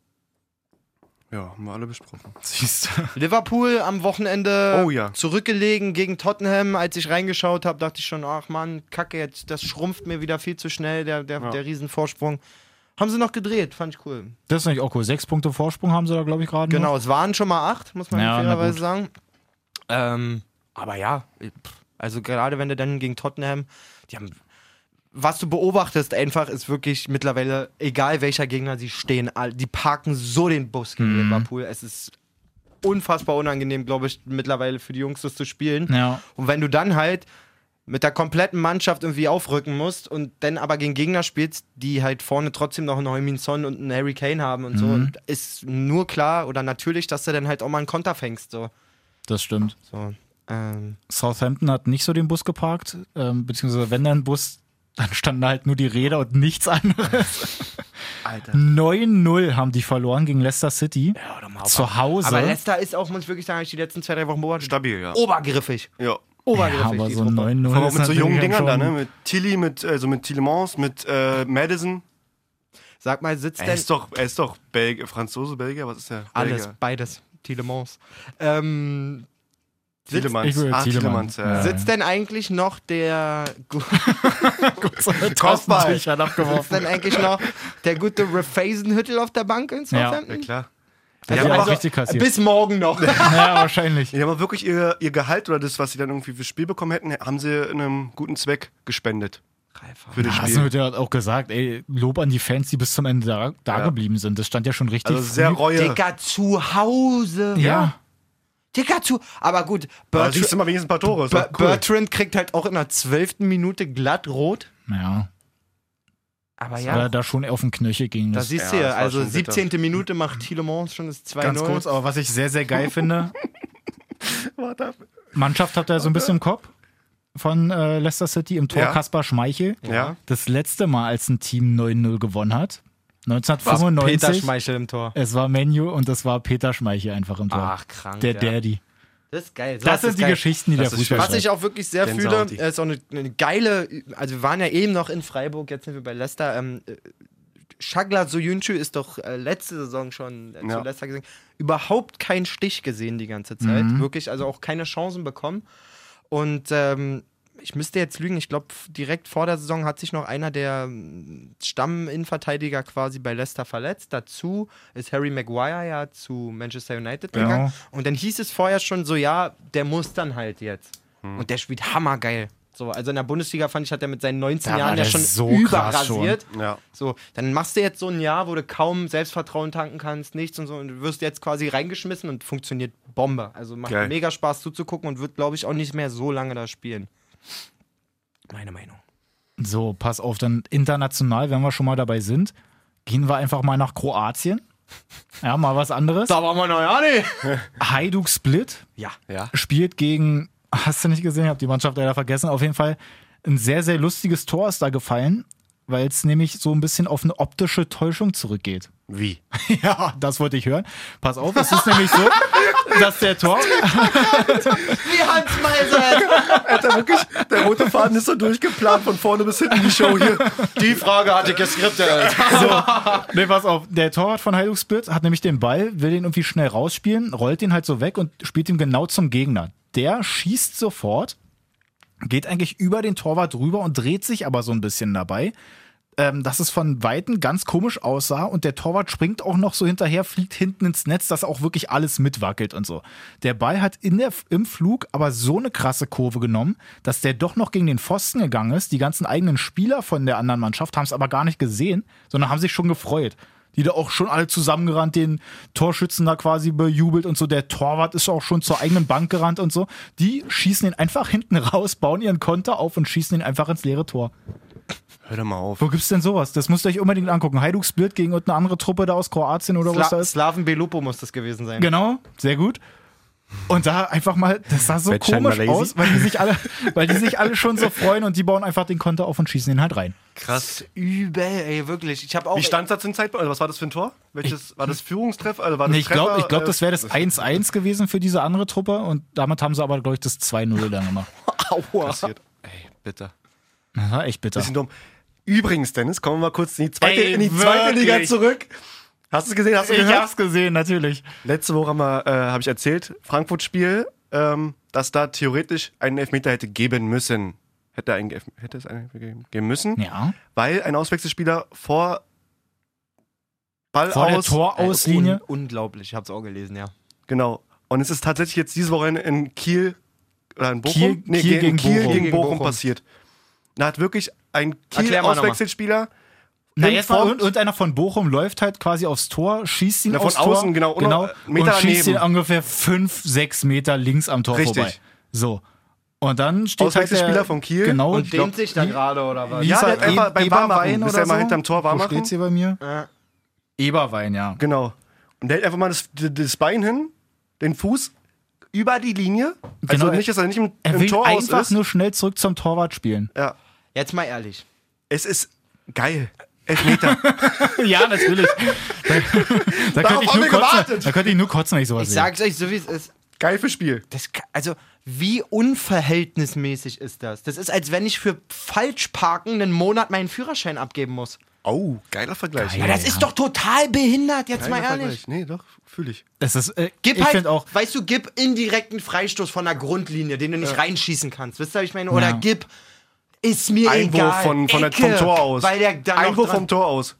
Ja, haben wir alle besprochen.
siehst
Liverpool am Wochenende
Oh ja.
zurückgelegen gegen Tottenham. Als ich reingeschaut habe, dachte ich schon, ach Mann, Kacke, jetzt, das schrumpft mir wieder viel zu schnell, der, der, der Riesenvorsprung. Haben sie noch gedreht, fand ich cool.
Das ist natürlich auch cool. Sechs Punkte Vorsprung haben sie da, glaube ich, gerade. noch.
Genau, es waren schon mal acht, muss man
Ja, na
fairerweise
gut.
sagen. Ähm, aber ja, pff, also gerade wenn du dann gegen Tottenham, die haben, was du beobachtest einfach, ist wirklich mittlerweile, egal welcher Gegner sie stehen, all- die parken so den Bus gegen
Mhm.
Liverpool. Es ist unfassbar unangenehm, glaube ich, mittlerweile für die Jungs das zu spielen.
Genau.
Ja.
Und wenn du dann halt mit der kompletten Mannschaft irgendwie aufrücken musst und dann aber gegen Gegner spielst, die halt vorne trotzdem noch einen Heuminson und einen Harry Kane haben
Mhm.
und so, und ist nur klar oder natürlich, dass du dann halt auch mal einen Konter fängst. So.
Das stimmt.
so. Ähm,
Southampton hat nicht so den Bus geparkt, ähm, beziehungsweise wenn dann Bus, dann standen da halt nur die Räder und nichts anderes.
Alter.
9-0 haben die verloren gegen Leicester City. Zu Hause.
aber Leicester ist auch, muss ich wirklich sagen, hab ich die letzten zwei, drei Wochen beobachtet.
Stabil, ja.
Obergriffig.
Ja.
Obergriffig.
ja, aber
die
so
Truppe.
9-0.
Vor allem auch
ist
mit so
natürlich
jungen
dann
Dingern da,
schon-
ne? Mit Tilly, mit, also mit Tillemans, mit äh, Madison.
Sag mal, sitzt
Er
denn
ist doch, er ist doch Belg Franzose, Belgier, was ist der?
alles,
Belgier.
beides, Telemans. Ähm, sitzt,
Tielemans.
Ich will
ah,
Tielemans.
Tielemans, ja.
Sit-
sitzt denn eigentlich noch der
Kopfball.
Taschentücher
Ist dann
abgeworfen.
eigentlich noch der gute Refasenhüttel auf der Bank in
Ja,
Southampton?
klar.
Der
Ja,
hat ja auch
also,
richtig kassiert.
Bis morgen noch.
Ja, wahrscheinlich.
Die haben auch wirklich ihr, ihr Gehalt oder das, was sie dann irgendwie fürs Spiel bekommen hätten, haben sie in einem guten Zweck gespendet. Für das
Hasen
Spiel.
wird ja auch gesagt, ey, Lob an die Fans, die bis zum Ende da, da
Ja.
geblieben sind. Das stand ja schon richtig.
Also sehr
früh.
Reue.
Dicker zu Hause.
Ja.
Dicker zu. Aber gut,
Da
Bertrand,
siehst du mal wenigstens ein paar Tore. Ist
Ber-
doch cool.
Bertrand kriegt halt auch in der zwölften Minute glatt rot.
Ja.
Aber
Weil er
ja,
da schon auf den Knöchel ging.
das siehst du
Ja,
ja.
das war
Also
schon bitter.
17. Minute macht Thielomans schon das 2-0.
Ganz kurz, aber was ich sehr, sehr geil finde,
Warte ab.
Mannschaft habt ihr so ein bisschen im Kopf von äh, Leicester City im Tor
Ja.
Kaspar Schmeichel.
Ja.
Das letzte Mal, als ein Team 9-0 gewonnen hat,
Peter
1995.
Schmeichel im Tor.
es war Menu und das war Peter Schmeichel einfach im Tor.
Ach, krank.
der
ja.
Daddy.
Das ist geil. So,
Das, sind
ist
die
geil.
Geschichten, die
Das
der
ist
Fußball
schön.
Was
schreibt.
ich auch wirklich sehr fühle,
Gänsehaut.
äh, ist auch eine, eine geile, also wir waren ja eben noch in Freiburg, jetzt sind wir bei Leicester. Ähm, äh, Shagla Soyuncu ist doch äh, letzte Saison schon äh,
Ja.
zu Leicester gesehen. Überhaupt keinen Stich gesehen die ganze Zeit.
Mhm.
Wirklich, also auch keine Chancen bekommen. Und ähm, ich müsste jetzt lügen, ich glaube, direkt vor der Saison hat sich noch einer der ähm, Stamminnenverteidiger quasi bei Leicester verletzt. Dazu ist Harry Maguire ja zu Manchester United
Genau.
gegangen. Und dann hieß es vorher schon so, ja, der muss dann halt jetzt.
Hm.
Und der spielt hammergeil. So, also in der Bundesliga fand ich, hat er mit seinen 19
Da war
Jahren ja
der
schon
so krass schon.
überrasiert.
Ja.
So, dann machst du jetzt so ein Jahr, wo du kaum Selbstvertrauen tanken kannst, nichts und so, und du wirst jetzt quasi reingeschmissen und funktioniert Bombe. Also macht
Geil.
mega Spaß zuzugucken und wird, glaube ich, auch nicht mehr so lange da spielen. Meine Meinung.
So, pass auf, dann international, wenn wir schon mal dabei sind, gehen wir einfach mal nach Kroatien. Ja, mal was anderes.
Da waren wir noch ja nicht.
Hajduk Split
Ja.
spielt gegen, hast du nicht gesehen, ich habe die Mannschaft leider vergessen, auf jeden Fall ein sehr, sehr lustiges Tor ist da gefallen, weil es nämlich so ein bisschen auf eine optische Täuschung zurückgeht.
Wie?
Ja, das wollte ich hören. Pass auf, es ist nämlich so, dass der Tor,
Wie Hans Meiser.
Alter, wirklich, der rote Faden ist so durchgeplant von vorne bis hinten die Show hier.
Die Frage hatte ich geskriptet.
nee, pass auf, der Torwart von Heilung Split hat nämlich den Ball, will den irgendwie schnell rausspielen, rollt den halt so weg und spielt ihn genau zum Gegner. Der schießt sofort, geht eigentlich über den Torwart rüber und dreht sich aber so ein bisschen dabei. ähm, dass es von Weitem ganz komisch aussah und der Torwart springt auch noch so hinterher, fliegt hinten ins Netz, dass auch wirklich alles mitwackelt und so. Der Ball hat in der, im Flug aber so eine krasse Kurve genommen, dass der doch noch gegen den Pfosten gegangen ist. Die ganzen eigenen Spieler von der anderen Mannschaft haben es aber gar nicht gesehen, sondern haben sich schon gefreut. Die da auch schon alle zusammengerannt, den Torschützen da quasi bejubelt und so. Der Torwart ist auch schon zur eigenen Bank gerannt und so. Die schießen ihn einfach hinten raus, bauen ihren Konter auf und schießen ihn einfach ins leere Tor.
Hör doch mal auf.
Wo gibt's denn sowas? Das müsst ihr euch unbedingt angucken. Hajduk Split gegen irgendeine andere Truppe da aus Kroatien oder was da
Sla
ist.
Slaven Belupo muss das gewesen sein.
Genau, sehr gut. Und da einfach mal, das sah so
Bad Shine
komisch
Malaysia.
aus, weil die, sich alle, weil die sich alle schon so freuen und die bauen einfach den Konter auf und schießen ihn halt rein.
Krass.
Übel, ey, wirklich. Ich habe auch.
Wie stand das in Zeitpunkt? Also was war das für ein Tor? Welches, war das Führungstreff? Also war das
Nee, ich glaube, ich glaub,
Treffer? Also,
das wäre das 1-1 gewesen für diese andere Truppe und damit haben sie aber, glaube ich, das 2-0 dann gemacht.
Äh,
Aua.
passiert. Ey, bitter.
Das war echt bitter.
Bisschen dumm. um. Übrigens, Dennis, kommen wir mal kurz in die zweite,
Ey,
in die zweite
wirklich?
Liga zurück. Hast du es gesehen? Hast du
Ich
gehört?
hab's gesehen, natürlich.
Letzte Woche habe äh, hab ich erzählt, Frankfurt-Spiel, ähm, dass da theoretisch einen Elfmeter hätte geben müssen. Hätte, einen, Elf- hätte es einen Elfmeter geben- geben müssen,
Ja.
weil ein Auswechselspieler vor Ball
Vor der
aus,
Torauslinie.
Un unglaublich, ich hab's auch gelesen, ja.
Genau. Und es ist tatsächlich jetzt diese Woche in, in Kiel oder in Bochum,
Kiel- Kiel
ge-
gegen
Kiel
Bochum.
gegen Bochum,
Bochum.
passiert. Da hat wirklich ein
Erklär mal
Kiel-Auswechselspieler
Na,
in
jetzt mal,
Form-
und, und einer von Bochum läuft halt quasi aufs Tor, schießt ihn
Na, von
aufs Tor,
außen, genau, und
genau
noch, äh, Meter
und schießt ihn
daneben.
ungefähr fünf, sechs Meter links am Tor
Richtig.
vorbei. So. Und dann steht halt der
Auswechselspieler von Kiel.
Genau,
Und dehnt sich da
wie-
gerade, oder was?
wie
Ja,
hieß
der
er?
hat einfach beim Warmmachen,
Eberwein
bis
oder
der mal
so?
hinterm Tor warm
Wo
machen.
steht's hier bei mir? Eberwein, ja.
Genau. Und der hält einfach mal das, das Bein hin, den Fuß über die Linie. Also
Genau, er-
nicht, dass er nicht im,
Er
im
will
Tor aus
einfach
ist.
nur schnell zurück zum Torwart spielen.
Ja.
Jetzt mal ehrlich.
Es ist geil. Elfmeter.
ja, natürlich. da, da,
Darauf
könnte ich
haben
nur kotzen,
wir gewartet.
da könnte ich nur kotzen, wenn ich sowas
Ich
sehe.
sag's euch so, wie es ist.
geil für Spiel.
Das, ka- also, wie unverhältnismäßig ist das? Das ist, als wenn ich für Falschparken einen Monat meinen Führerschein abgeben muss.
Oh, geiler Vergleich.
Geil.
Ja, das
Ja.
ist doch total behindert, jetzt
Geiler
mal ehrlich.
Vergleich. Nee, doch, fühle ich.
Das ist, äh,
Gib
ich
halt,
finde auch,
weißt du, gib indirekten Freistoß von der Grundlinie, den du nicht reinschießen kannst. Wisst ihr, was ich meine? Oder
Ja.
gib, ist mir
Einwurf
egal.
von, von der,
Ecke,
vom Tor aus.
Weil der da noch
Einwurf
dran-
vom Tor aus.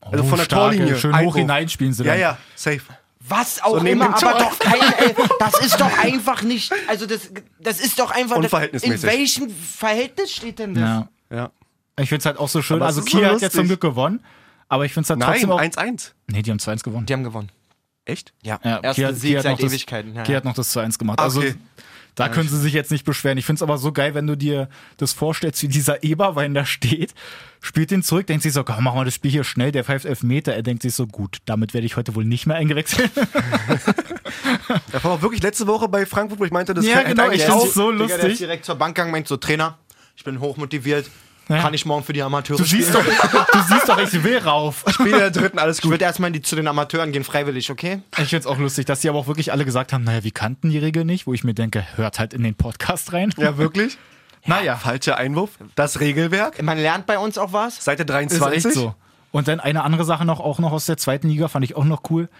Also
Oh,
von der
starke,
Torlinie.
Schön hoch
Einwurf.
hineinspielen sie
Ja,
dann.
ja, safe.
Was auch
neben
immer,
dem
aber
Tor.
doch kein. Ey, das ist doch einfach nicht. Also, das, das ist doch einfach.
Unverhältnismäßig.
In welchem Verhältnis steht denn das?
Ja.
Ja.
Ich finde es halt auch so schön.
Aber es
also
ist so
Kiel hat jetzt
lustig.
zum Glück gewonnen, aber ich finde es halt
Nein,
trotzdem auch.
1-1.
Nee, die haben 2-1 gewonnen.
Die haben gewonnen.
Echt?
Ja,
Ja,
ersten
Kiel hat-
Sieg
Kiel hat
seit
noch das-
Ewigkeiten. Ja,
Kiel
ja.
hat noch das 2-1 gemacht.
Ah,
Also
okay.
da können sie sich jetzt nicht beschweren. Ich finde es aber so geil, wenn du dir das vorstellst, wie dieser Eberwein da steht, spielt den zurück, denkt sich so, komm, machen wir das Spiel hier schnell, der pfeift elf Meter. Er denkt sich so, gut, damit werde ich heute wohl nicht mehr eingewechselt.
Da war auch wirklich letzte Woche bei Frankfurt, wo ich meinte, das
Ja,
kann- hätte
genau,
eigentlich
ich find's
auch-
so-
Digga, der
lustig.
ist direkt zur Bank gegangen, meint so: Trainer, ich bin hochmotiviert.
Ja.
Kann ich morgen für die Amateure
Du siehst doch, du siehst doch, ich will rauf.
Spiel der dritten, alles
Ich
gut.
würde erstmal in die, zu den Amateuren gehen, freiwillig, okay?
Ich finde es auch lustig, dass die aber auch wirklich alle gesagt haben, naja, wir kannten die Regel nicht, wo ich mir denke, hört halt in den Podcast rein.
Ja, wirklich?
Naja,
Falscher Einwurf. Das Regelwerk.
Man lernt bei uns auch was.
Seite
ist
23.
echt so. Und dann eine andere Sache noch, auch noch aus der zweiten Liga, fand ich auch noch cool.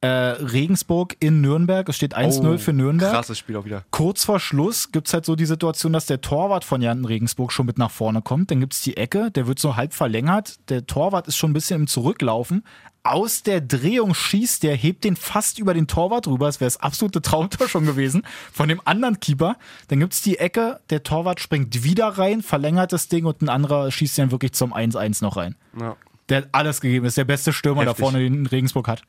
Äh, Regensburg in Nürnberg, es steht 1-0 Oh. für Nürnberg.
Krasses Spiel auch wieder.
Kurz vor Schluss gibt es halt so die Situation, dass der Torwart von Jan Regensburg schon mit nach vorne kommt. Dann gibt es die Ecke, der wird so halb verlängert. Der Torwart ist schon ein bisschen im Zurücklaufen. Aus der Drehung schießt der, hebt den fast über den Torwart rüber. Das wäre das absolute Traumtor schon gewesen von dem anderen Keeper. Dann gibt es die Ecke, der Torwart springt wieder rein, verlängert das Ding und ein anderer schießt den wirklich zum 1-1 noch rein.
Ja.
Der hat alles gegeben, ist der beste Stürmer
Heftig.
da vorne, den Regensburg hat.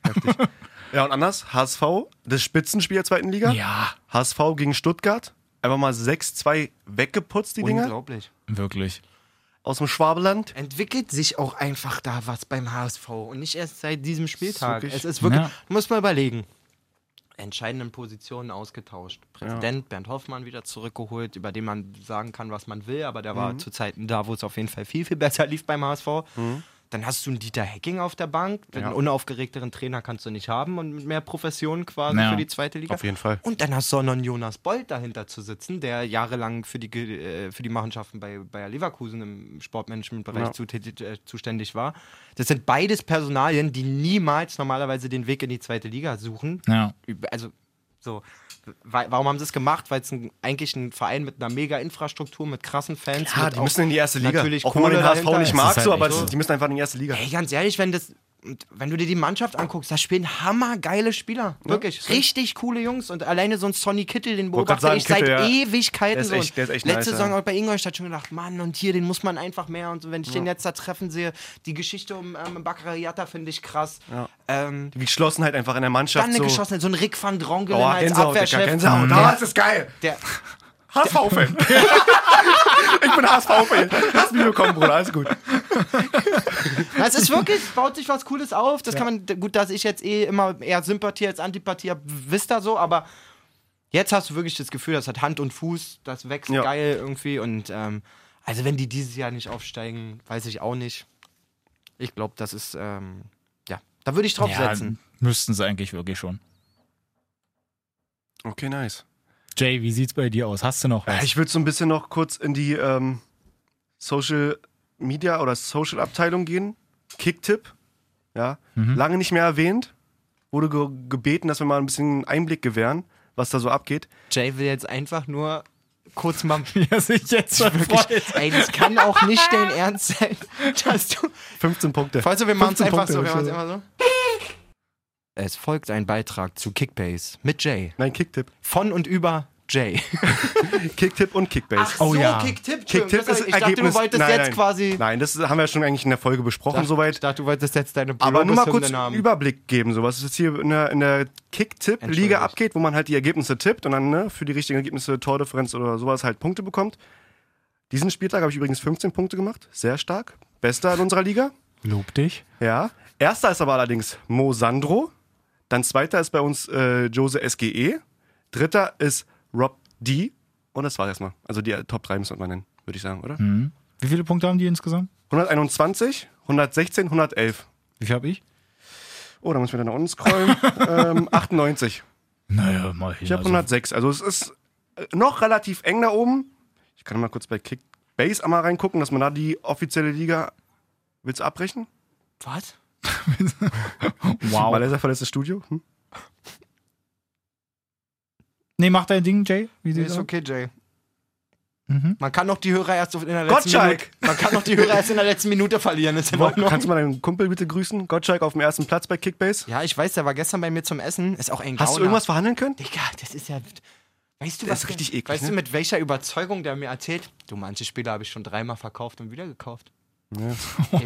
ja, und anders, HSV, das Spitzenspiel der zweiten Liga.
Ja,
HSV gegen Stuttgart. Einfach mal 6-2 weggeputzt, die Dinger.
Unglaublich.
wirklich.
Aus dem Schwabeland.
Entwickelt sich auch einfach da was beim HSV und nicht erst seit diesem Spieltag.
wirklich-
es ist wirklich,
Ja.
muss man überlegen. Entscheidenden Positionen ausgetauscht. Präsident Bernd Hoffmann wieder zurückgeholt, über den man sagen kann, was man will, aber der war zu Zeiten da, wo es auf jeden Fall viel, viel besser lief beim HSV. Dann hast du einen Dieter Hecking auf der Bank. Einen unaufgerekteren Trainer kannst du nicht haben und mit mehr Profession quasi
Ja.
für die zweite Liga.
Auf jeden Fall.
Und dann hast du auch noch einen Jonas Bolt dahinter zu sitzen, der jahrelang für die, Ge- äh, für die Machenschaften bei Bayer Leverkusen im Sportmanagementbereich
Ja.
zutätig- äh, zuständig war. Das sind beides Personalien, die niemals normalerweise den Weg in die zweite Liga suchen.
Ja.
Üb- Also, so. wa- warum haben sie es gemacht? Weil es ein, eigentlich ein Verein mit einer mega Infrastruktur, mit krassen Fans.
Ja,
mit
die
auch-
müssen in die erste Liga.
Natürlich
Auch wenn man den
Kohle
HSV
dahinter
nicht
ist.
mag,
Das ist
so,
halt
aber
echt so.
die müssen einfach in die erste Liga.
Ey, ganz ehrlich, wenn das. und Wenn du dir die Mannschaft anguckst, da spielen hammergeile Spieler. Wirklich.
stimmt.
Richtig coole Jungs. Und alleine so ein Sonny Kittel, den
Wollte grad
beobachte
sagen,
ich
Kittel,
seit
ja.
Ewigkeiten.
Der ist
so.
echt- der ist echt
Letzte
nice,
Saison
ja.
auch bei Ingolstadt schon gedacht, Mann, und hier, den muss man einfach mehr. Und so, wenn ich den jetzt da treffen sehe, die Geschichte um ähm, Bakary Yatta finde ich krass. Ähm,
Die geschlossen halt einfach in der
dann
Mannschaft.
eine
So.
geschossene, so ein Rick van Drongelen
Boah,
als
Gänsehaut, Digga,
Abwehrchef.
Gänsehaut. Da ist es geil.
Der,
HSV-Fan. ich bin HSV-Fan. Lass mich willkommen, Bruder. Alles gut.
Na, Es ist wirklich, baut sich was Cooles auf. Das kann man, gut, dass ich jetzt eh immer eher Sympathie als Antipathie habe, wisst ihr so, aber jetzt hast du wirklich das Gefühl, das hat Hand und Fuß, das wächst
Ja.
geil irgendwie und ähm, also wenn die dieses Jahr nicht aufsteigen, weiß ich auch nicht. Ich glaube, das ist, ähm, ja, da würde ich drauf
Ja,
setzen.
müssten sie eigentlich wirklich schon.
Okay, nice.
Jay, wie sieht's bei dir aus? Hast du noch was?
Äh, Ich würde so ein bisschen noch kurz in die ähm, Social Media oder Social Abteilung gehen. Kicktipp. Ja. Lange nicht mehr erwähnt. Wurde ge gebeten, dass wir mal ein bisschen Einblick gewähren, was da so abgeht.
Jay will jetzt einfach nur kurz mal.
ja, sich jetzt schon freut.
Ey, das kann auch nicht dein Ernst sein, dass du.
15 Punkte.
Falls du, wir machen es
15
einfach
Punkte,
so,
hab
wir
ich
machen's
schon.
einfach so. Es folgt ein Beitrag zu Kickbase mit Jay.
Nein, Kicktipp.
Von und über Jay.
Kicktipp und Kickbase.
Oh ja.
Kicktipp.
Kicktipp ist
ich
Ergebnis.
dachte, du wolltest
nein,
jetzt
nein.
quasi.
Nein, das haben wir ja schon eigentlich in der Folge besprochen
Ich
soweit.
dachte, du wolltest jetzt deine
Aber nur mal
Lobeshymne
kurz einen
haben.
Überblick geben, so was jetzt hier in der, in der Kick-Tipp-Liga
Entschuldigt.
abgeht, wo man halt die Ergebnisse tippt und dann ne, für die richtigen Ergebnisse Tordifferenz oder sowas halt Punkte bekommt. Diesen Spieltag habe ich übrigens 15 Punkte gemacht, sehr stark. Bester in unserer Liga.
Lob dich.
Ja. Erster ist aber allerdings Mo Sandro. Dann zweiter ist bei uns äh, Jose SGE. Dritter ist Rob D. Und das war's erstmal. Also die äh, Top 3 müssen wir nennen, würde ich sagen, oder?
Wie viele Punkte haben die insgesamt?
121, 116, 111.
Wie viel habe ich?
Oh, da muss ich wieder nach unten scrollen. ähm, 98.
Naja, mal hin.
Ich habe
also.
106. Also es ist äh, noch relativ eng da oben. Ich kann mal kurz bei Kickbase einmal reingucken, dass man da die offizielle Liga. Willst du abbrechen?
Was?
Wow.
Malaysia verlässt das Studio. Hm?
Nee, mach dein Ding, Jay. Wie
Nee,
sieht's
ist
aus?
okay, Jay.
Mhm.
Man kann noch die Hörer erst in der letzten
Gottschalk!
Minute. Man kann noch die Hörer erst in der letzten Minute verlieren. Ist in Ordnung.
Kannst du mal deinen Kumpel bitte grüßen? Gottschalk auf dem ersten Platz bei Kickbase.
Ja, ich weiß, der war gestern bei mir zum Essen. Ist auch ein
Hast du
Gauner.
irgendwas verhandeln können?
Digga, das ist ja. Weißt du,
Das
was
ist richtig
der,
eklig,
Weißt
ne?
du, mit welcher Überzeugung der mir erzählt? Du, manche Spiele habe ich schon dreimal verkauft und wieder gekauft.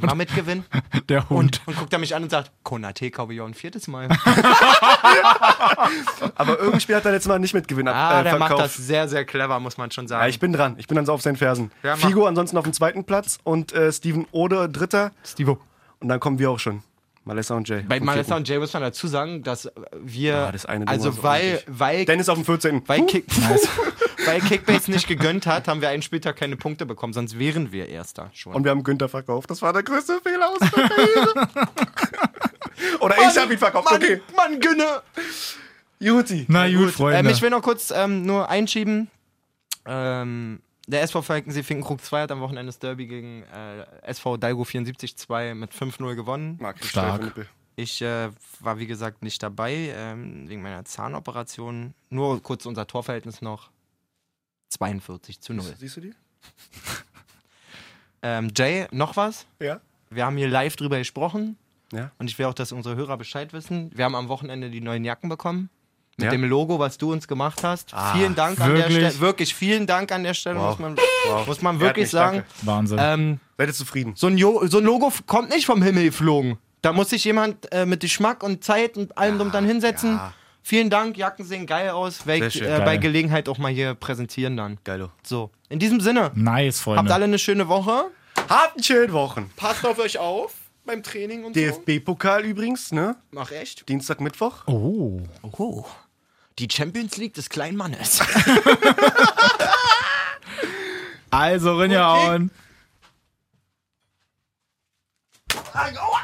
Immer mit Gewinn.
Der Hund.
Und, und guckt er mich an und sagt, Konate kaufe ich auch ein viertes Mal.
Aber irgendein Spiel hat er letztes Mal nicht mit Gewinn ab-
ah,
äh,
der macht
verkauft.
das sehr, sehr clever, muss man schon sagen.
Ja, ich bin dran. Ich bin dann so auf seinen Fersen.
Ja, mach.
Figo ansonsten auf dem zweiten Platz und äh, Steven Ode dritter.
Stevo.
Und dann kommen wir auch schon. Malessa und Jay.
Bei
Am
Malessa
vierten.
und Jay muss man dazu sagen, dass wir.
Ja, das eine Ding war so
also, weil,
ordentlich.
weil,
Dennis auf dem 14.
weil, Kick, weil Kickbase nicht gegönnt hat, haben wir einen Spieltag keine Punkte bekommen, sonst wären wir Erster schon.
Und wir haben Günther verkauft. Das war der größte Fehler aus meiner Karriere. Oder ich habe ihn verkauft.
Mann,
Okay.
Mann, Günne!
Juti.
Na gut, Freunde.
Ähm, ich will noch kurz ähm, nur einschieben. Ähm, der SV Falkensee Finkenkrug 2 hat am Wochenende das Derby gegen äh, SV Dalgo 74 2 mit 5-0 gewonnen.
Marc, ich
Stark.
streife Nippel.
Ich äh, war, wie gesagt, nicht dabei ähm, wegen meiner Zahnoperation. Nur kurz unser Torverhältnis noch. 42 zu 0.
Siehst du die?
Ähm, Jay, noch was?
Ja.
Wir haben hier live drüber gesprochen.
Ja.
Und ich will auch, dass unsere Hörer Bescheid wissen. Wir haben am Wochenende die neuen Jacken bekommen. Mit
Ja. Ah,
dem Logo, was du uns gemacht hast. vielen Dank an
wirklich?
der Stelle. Wirklich, vielen Dank an der Stelle,
Wow.
muss, man,
Wow.
muss man
Er hat
wirklich
mich,
sagen.
Wahnsinn.
Ähm,
Seid ihr zufrieden?
so, ein jo so ein Logo f- kommt nicht vom Himmel geflogen. Da muss sich jemand äh, mit Geschmack und Zeit und allem drum dann hinsetzen.
ja.
Vielen Dank, Jacken sehen geil aus. Werde ich
schön.
äh, bei
Geil.
Gelegenheit auch mal hier präsentieren dann.
Geilo.
So, in diesem Sinne,
nice, Freunde.
habt alle eine schöne Woche.
Habt einen schönen Wochen.
Passt auf euch auf beim Training und
DFB-Pokal übrigens, ne?
so. Mach echt.
Dienstag, Mittwoch.
oh.
Oh, die Champions League des kleinen Mannes.
Also, Rinjahauen.
Aua!